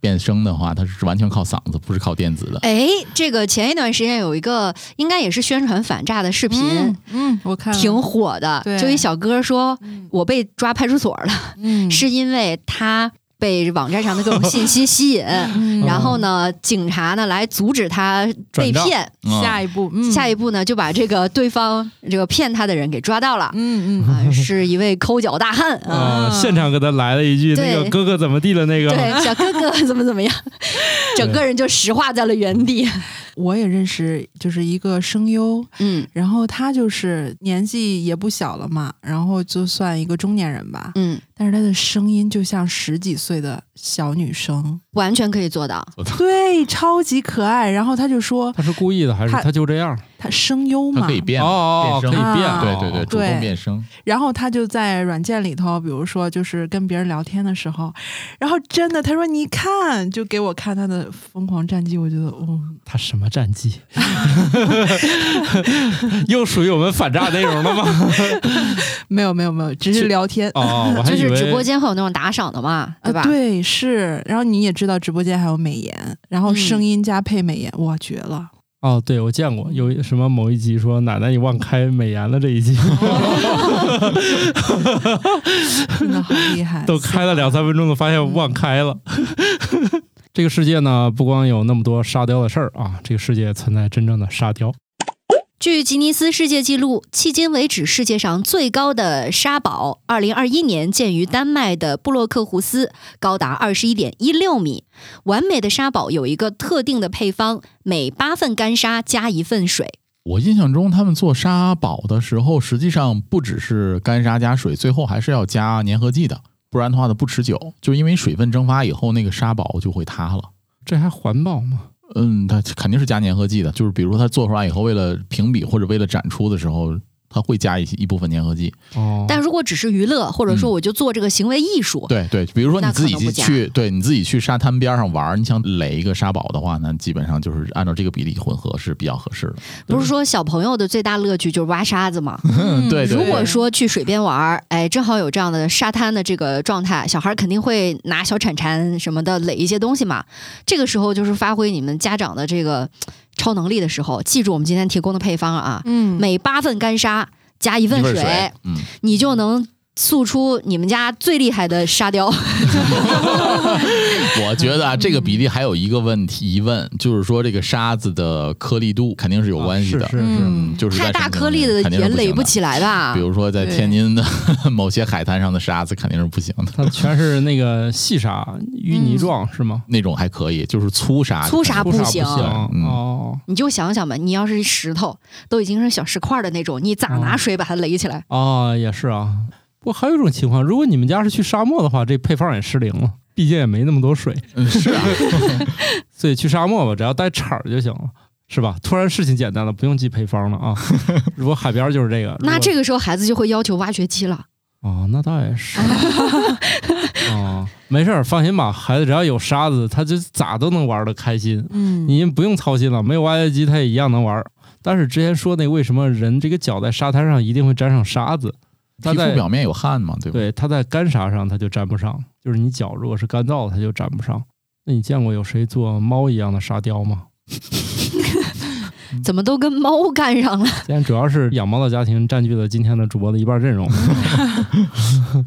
变声的话，它是完全靠嗓子，不是靠电子 的。
哎，这个前一段时间有一个应该也是宣传反诈的视频，
嗯嗯，我看了
挺火的，
对
就一小哥说
嗯
我被抓派出所了，
嗯
是因为他被网站上的各种信息吸引，
嗯
然后呢，警察呢来阻止他被
转账
骗，
嗯
下一步，嗯、
下一
步，
步呢就把这个对方这个骗他的人给抓 到了。
嗯嗯，
啊，是一位抠脚大 汉啊，
啊，现场给他来了一句
对
那个哥哥怎么地了那个，
对，小哥 哥怎么怎么样，整个人就石化在了原地。
我也认识，就是一个声优，
嗯
然后他就是年纪也不小了嘛，然后就算一个中年人吧，
嗯，
但是他的声音就像十几岁的小女生，
完全可以做到。
对，超级可爱。然后他就说
他是故意的还是
他
他就这样？
他声优
它
嘛
可，以变，
哦哦，可以
变声
变，哦
啊
对对对，主
对
动变声。
然后他就在软件里头，比如说就是跟别人聊天的时候，然后真的他说你看，就给我看他的疯狂战绩，我觉得哦，
他什么战绩？ 又属于我们反诈内容了吗？
没有没有没有，只是
就
聊天。
哦，我还
就
以
是
为
直播间会有那种打赏的嘛，对吧？
啊？对，是。然后你也知道，直播间还有美颜，然后
嗯
声音加配美颜，哇，绝了！
哦，对，我见过有什么某一集说奶奶你忘开美颜了这一集，
真的好厉害。
都开了两三分钟，都发现忘开了。 这个世界呢，不光有那么多沙雕的事儿啊，这个世界存在真正的沙雕。
据吉尼斯世界纪录，迄今为止世界上最高的沙堡，二零二一年建于丹麦的布洛克胡斯，高达二十一点一六米。完美的沙堡有一个特定的配方，每八份干沙加一份水。
我印象中，他们做沙堡的时候，实际上不只是干沙加水，最后还是要加粘合剂的，不然的话它不持久。就因为水分蒸发以后，那个沙堡就会塌了。
这还环保吗？
嗯，它肯定是加粘合剂的，就是比如它做出来以后，为了评比或者为了展出的时候，它会加一些一部分粘合剂。
哦，
但如果只是娱乐，或者说
嗯
我就做这个行为艺术，
对对，比如说你
那
自己
可能不加
去，对你自己去沙滩边上玩儿，你想垒一个沙堡的话呢，基本上就是按照这个比例混合是比较合适的。
不是说小朋友的最大乐趣就是挖沙子吗？
嗯
对对
如果说去水边玩儿，哎，正好有这样的沙滩的这个状态，小孩儿肯定会拿小铲铲什么的垒一些东西嘛。这个时候就是发挥你们家长的这个超能力的时候，记住我们今天提供的配方啊，
嗯，
每八份干沙加一份
一份
水，
水，嗯，
你就能。塑出你们家最厉害的沙雕，
我觉得啊，这个比例还有一个问题疑问，就是说这个沙子的颗粒度肯定是有关系的。
啊是是是
嗯，就是在
太大
什么
颗粒的
肯定
也
是
垒
不
不
行
起来吧
的。比？如说在
对
天津的 某些海滩上的沙子肯定是不行的，
它全是那个细沙、淤泥状、是吗？
那种还可以，就是粗沙子
粗沙
不
不
沙
行
不行、
嗯
哦
你就想想吧，你要是石头，都已经是小石块儿的那种，你咋拿
嗯
哦
水把它垒起来？
哦，也是啊。不过还有一种情况，如果你们家是去沙漠的话，这配方也失灵了， 毕竟也没那么多水，
嗯是啊，
所以去沙漠吧，只要带铲儿就行了。是吧？突然事情简单了，不用记配方了 啊！如果海边儿就是这个，
那这
个
个时候孩子就会要求挖掘机了。
哦，那倒也是哦，没事儿，放心吧，孩子只要有沙子，他就咋都能玩的开心。
嗯，
你不用操心了，没有挖掘机它也一样能玩儿。但是之前说那为什么人这个脚在沙滩上一定会沾上沙子？它
皮
在
肤表面有汗嘛，对吧？
对它在干沙上它就沾不上，就是你脚如果是干燥的它就沾不上。那你见过有谁做猫一样的沙雕吗？
怎么都跟猫干上了？
今天主要是养猫的家庭占据了今天的主播的一半阵 容，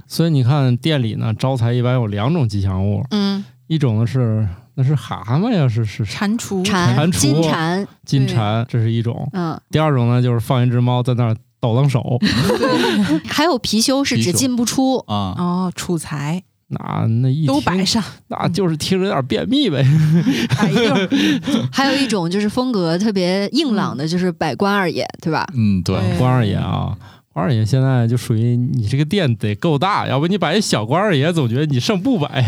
所以你看店里呢招财一般有两种吉祥物，
嗯，
一种呢是那是蛤蟆呀，是是是
蟾蜍，
蝉、
蟾蜍
金蝉，
金
对
蝉，这是一种；
嗯，
第二种呢就是放一只猫在那儿抖楞手，
还有貔貅是
貔
只
貅
进不 出。
啊，
哦，储财
那那一
都
听
摆上，
那就是听着有点便秘 呗。
摆一溜儿，
还有一种就是风格特别硬朗的，就是百官二爷，对吧？
嗯，对，
对
关二爷啊，关二爷现在就属于你这个店得够大，要不你摆一小关二爷，总觉得你胜不 摆。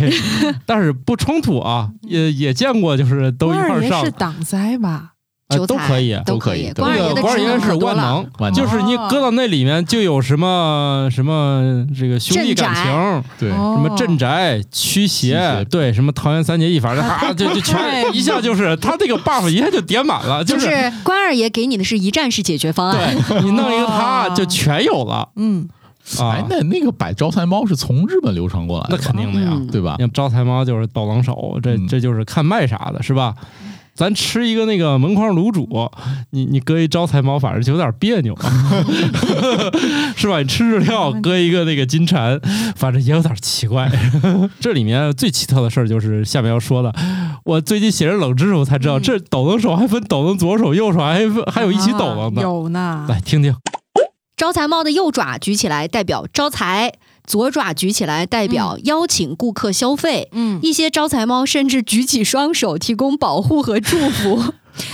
但是不冲突啊，也也见过，就是都一
关
块
二
儿
爷
上
是，挡灾吧？
呃
韭菜
都可以。
都
可
可
以
以。
都
官二
那个
爷的
关二
职
爷
能
是
可多
万
了，哦
能，
万能
就是你搁到那里面就有什么什么这个兄弟感情，
对，
哦
什么
哦
镇宅、驱
驱
邪
邪，
对，什么桃园三结义， 反正啊，就就全
对
一下就是他这个 buff 一下就点满了，
哎就是是官二爷给你的是一站式解决方案。
对你弄一
哦
个他就全有了
嗯，
啊
哎，。那那个摆招财猫是从日本流传过来
那
的吧，
肯定的呀，啊
嗯
对吧？
像招财猫就是抖狼手，这
嗯
这就是看卖啥的，是吧？咱吃一个那个门框卤煮，你你搁一招财猫，反正就有点别扭， 是吧？你吃日料搁一个那个金蝉，反正也有点奇怪。 这里面最奇特的事儿就是下面要说的，我最近写着冷知识，我才知道、
嗯
这抖动手还分抖动左手右手，还分还有一起抖动
啊
的。
有呢，
来听听，
招财猫的右爪举起来代表招财，左爪举起来代表邀请顾客消费。
嗯，
一些招财猫甚至举起双手提供保护和祝福，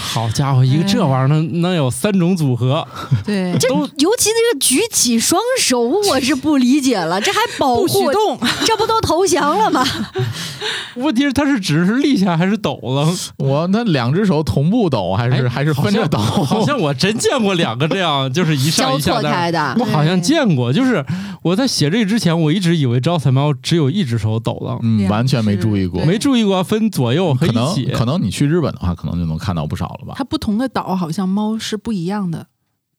好家伙，一
哎
个这玩意儿能能有三种组合，
对，
这尤其这个举起双手，我是不理解了，这还保
不许
护
动，
这不都投降了吗？
问题是它是只是立下还是抖了？
我那两只手同步抖还是
哎
还是分着抖？
好像好像我真见过两个这样，就是一 上
交
一下
错
的。
开的
我，好像见过，就是我在写这之前，我一直以为招财猫只有一只手抖了，
嗯，
两
完全没注意过
只对，
没注意过分左右和
可
一
能
起。
可能你去日本的话，可能就能看到不少了吧？
它不同的岛好像猫是不一样的，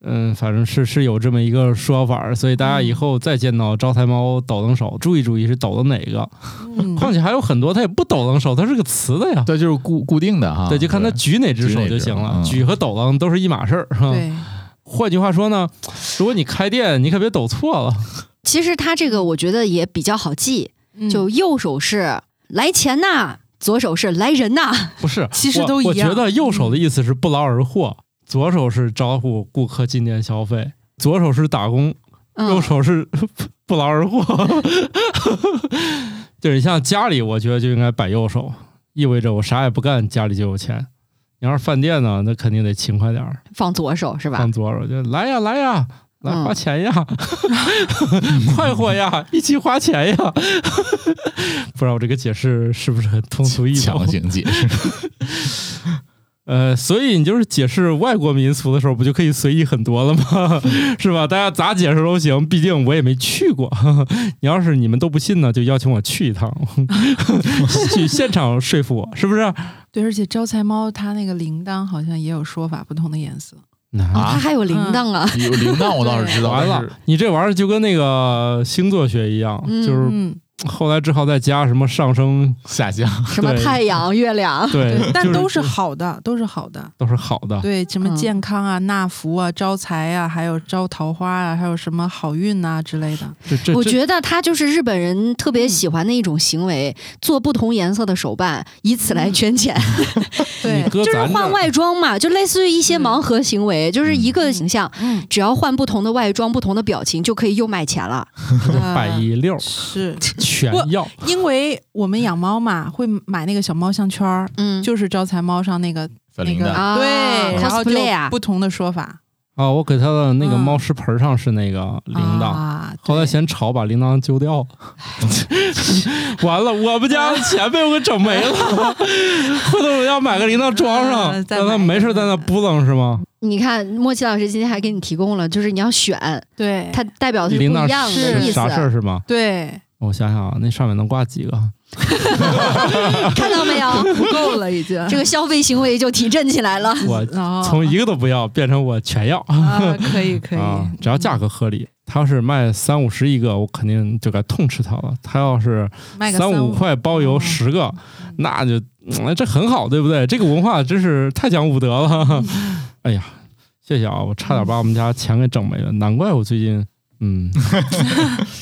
嗯，反正是是有这么一个说法儿，所以大家以后再见到招财猫抖楞手，注意注意是抖的哪个。
嗯，
况且还有很多它也不抖楞手，它是个词的呀。
对，就是固固定的哈。
对，就看它举哪只
举哪
手就
只
行了，
嗯
举和抖楞都是一码事儿。哈
对，
换句话说呢，如果你开店，你可别抖错了。
其实它这个我觉得也比较好记，
嗯
就右手是来钱呐，
左手是来人呐，
不是，
其实
我
都一
我觉
样
得右手的意思是不劳而获，左手是招呼顾客进店消费，左手是打工，右
嗯，
手是 不劳而获。 就是像家里，我觉得就应该摆右手，意味着我啥也不干，家里就有钱。你要是饭店呢，那肯定得勤快点儿，
放左手是吧
放？左手就来呀来呀，来
嗯
花钱呀，
嗯
快活呀，一起花钱呀。 不知道我这个解释是不是很通俗易懂
强？行解释，
呃，所以你就是解释外国民俗的时候，不就可以随意很多了 吗？是吧？大家咋解释都行，毕竟我也没去过。 你要是你们都不信呢，就邀请我去一趟， 去现场说服我，是不是？
对，而且招财猫它那个铃铛好像也有说法，不同的颜色。
哦，
啊
它还有铃铛啊，
有铃铛我倒是知道，
完
但
了
是，
你这玩意儿就跟那个星座学一样，
嗯
就是
嗯，
后来只好再加什么上升，
下降
什么
嗯 对
太阳、月亮，
对，
对，但
哎就哦
都是好的，都是好的。
都是好的。
对，什么
嗯
健康啊、纳福啊、招财啊，还有招桃花啊，还有什么好运呐、之类的。
这这
我
这
觉得它就是日本人特别喜欢的一种行为，做不同颜色的手办，以此来圈钱，
对
你，
就
搁
是
咱这
换
儿
外装嘛，就类似于一些盲盒行为，就是一个形象，
嗯，
只要换不同的外装、不同的表情，就可以又卖钱了。
呃
摆一溜儿
是
全
我
要，
因为我们养猫嘛，会买那个小猫项圈儿，
嗯，
就是招财猫上那个
粉铃
那个
铛，
啊
对，然后就
cosplay 啊
不同的说法。
啊，我给他的那个
嗯
猫食盆上是那个铃铛，
啊、
后来
对
嫌吵，把铃铛揪掉了。
哎
完了，我们家的钱被我给整没 了。回头我要买个铃铛装上，
嗯再
让他
买一个
没事在那扑棱是吗？
你看，莫奇老师今天还给你提供了，就是你要选，
对
它代表的是啊
铃
哦不一
铛
样的意思。
是啥事儿是吗？
对
我想想啊，那上面能挂几
哦
个？
看到没有？
不够 了已经
这个消费行为就提振起来了。
我
然后
从一个都不要变成我全要
啊可以可以、嗯
啊，只要价格合理。他要是卖三五十一个，我肯定就该痛斥他了。他要是
卖个
三五，
五
块包邮
嗯
十个，那就、嗯这很好，对不对？这个文化真是太讲武德了。 哎呀，谢谢啊，我差点把我们家钱给整没了，难怪我最近嗯，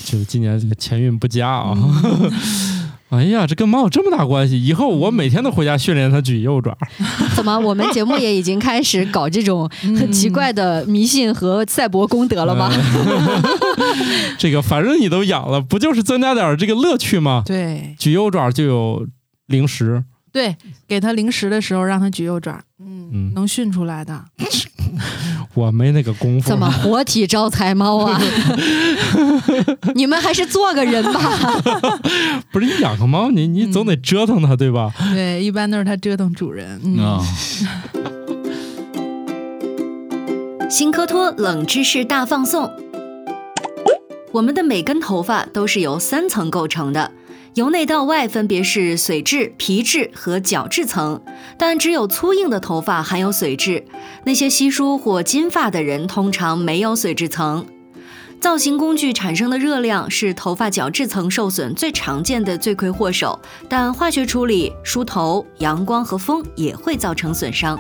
就是今年这个钱运不佳啊。 哎呀，这跟猫有这么大关系？以后我每天都回家训练它举右爪。
怎么，我们节目也已经开始搞这种
嗯
很奇怪的迷信和赛博功德了吗？
嗯这个反正你都养了，不就是增加点儿这个乐趣吗？
对
举右爪就有零食，
对，给它零食的时候让它举右爪，嗯，
嗯
能训出来的。
我没那个功夫。
怎么活体招财猫 啊？你们还是做个人吧。
不是你养个猫，你你总得折腾它，对吧？
对，一般都是它折腾主人。嗯，
啊，
新科托冷知识大放送。我们的每根头发都是由三层构成的，由内到外分别是髓质、皮质和角质层。但只有粗硬的头发含有髓质，那些稀疏或金发的人通常没有髓质层。造型工具产生的热量是头发角质层受损最常见的罪魁祸首，但化学处理、梳头、阳光和风也会造成损伤。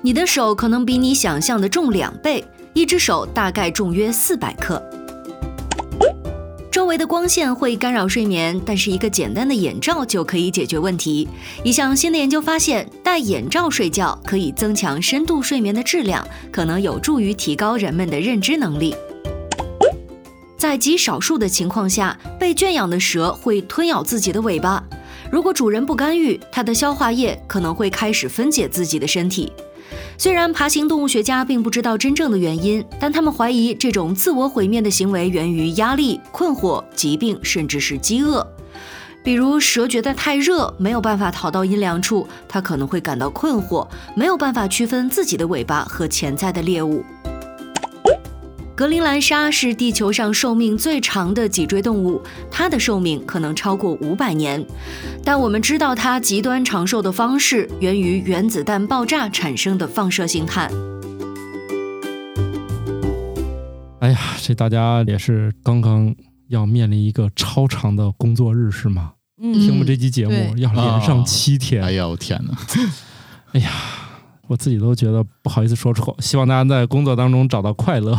你的手可能比你想象的重两倍，一只手大概重约四百克。周围的光线会干扰睡眠，但是一个简单的眼罩就可以解决问题。一项新的研究发现，戴眼罩睡觉可以增强深度睡眠的质量，可能有助于提高人们的认知能力。在极少数的情况下，被圈养的蛇会吞咬自己的尾巴。如果主人不干预，它的消化液可能会开始分解自己的身体。虽然爬行动物学家并不知道真正的原因，但他们怀疑这种自我毁灭的行为源于压力、困惑、疾病，甚至是饥饿。比如，蛇觉得太热，没有办法逃到阴凉处，它可能会感到困惑，没有办法区分自己的尾巴和潜在的猎物。格陵兰鲨是地球上寿命最长的脊椎动物，它的寿命可能超过五百年。但我们知道它极端长寿的方式源于原子弹爆炸产生的放射性碳。
哎呀，这大家也是刚刚要面临一个超长的工作日是吗？听我
嗯
们这期节目
对
要连上七天，
哎呀，我天哪，
我自己都觉得不好意思说出口。希望大家在工作当中找到快乐。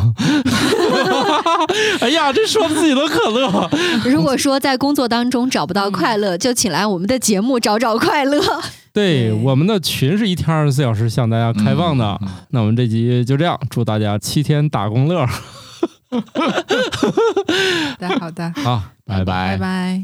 哎呀，这说的自己都可乐。
如果说在工作当中找不到快乐，就请来我们的节目找找快乐。
对，
对
我们的群是一天二十四小时向大家开放的。
嗯
那我们这集就这样，祝大家七天打工乐。
好的，好的，
好，啊拜拜。
拜拜。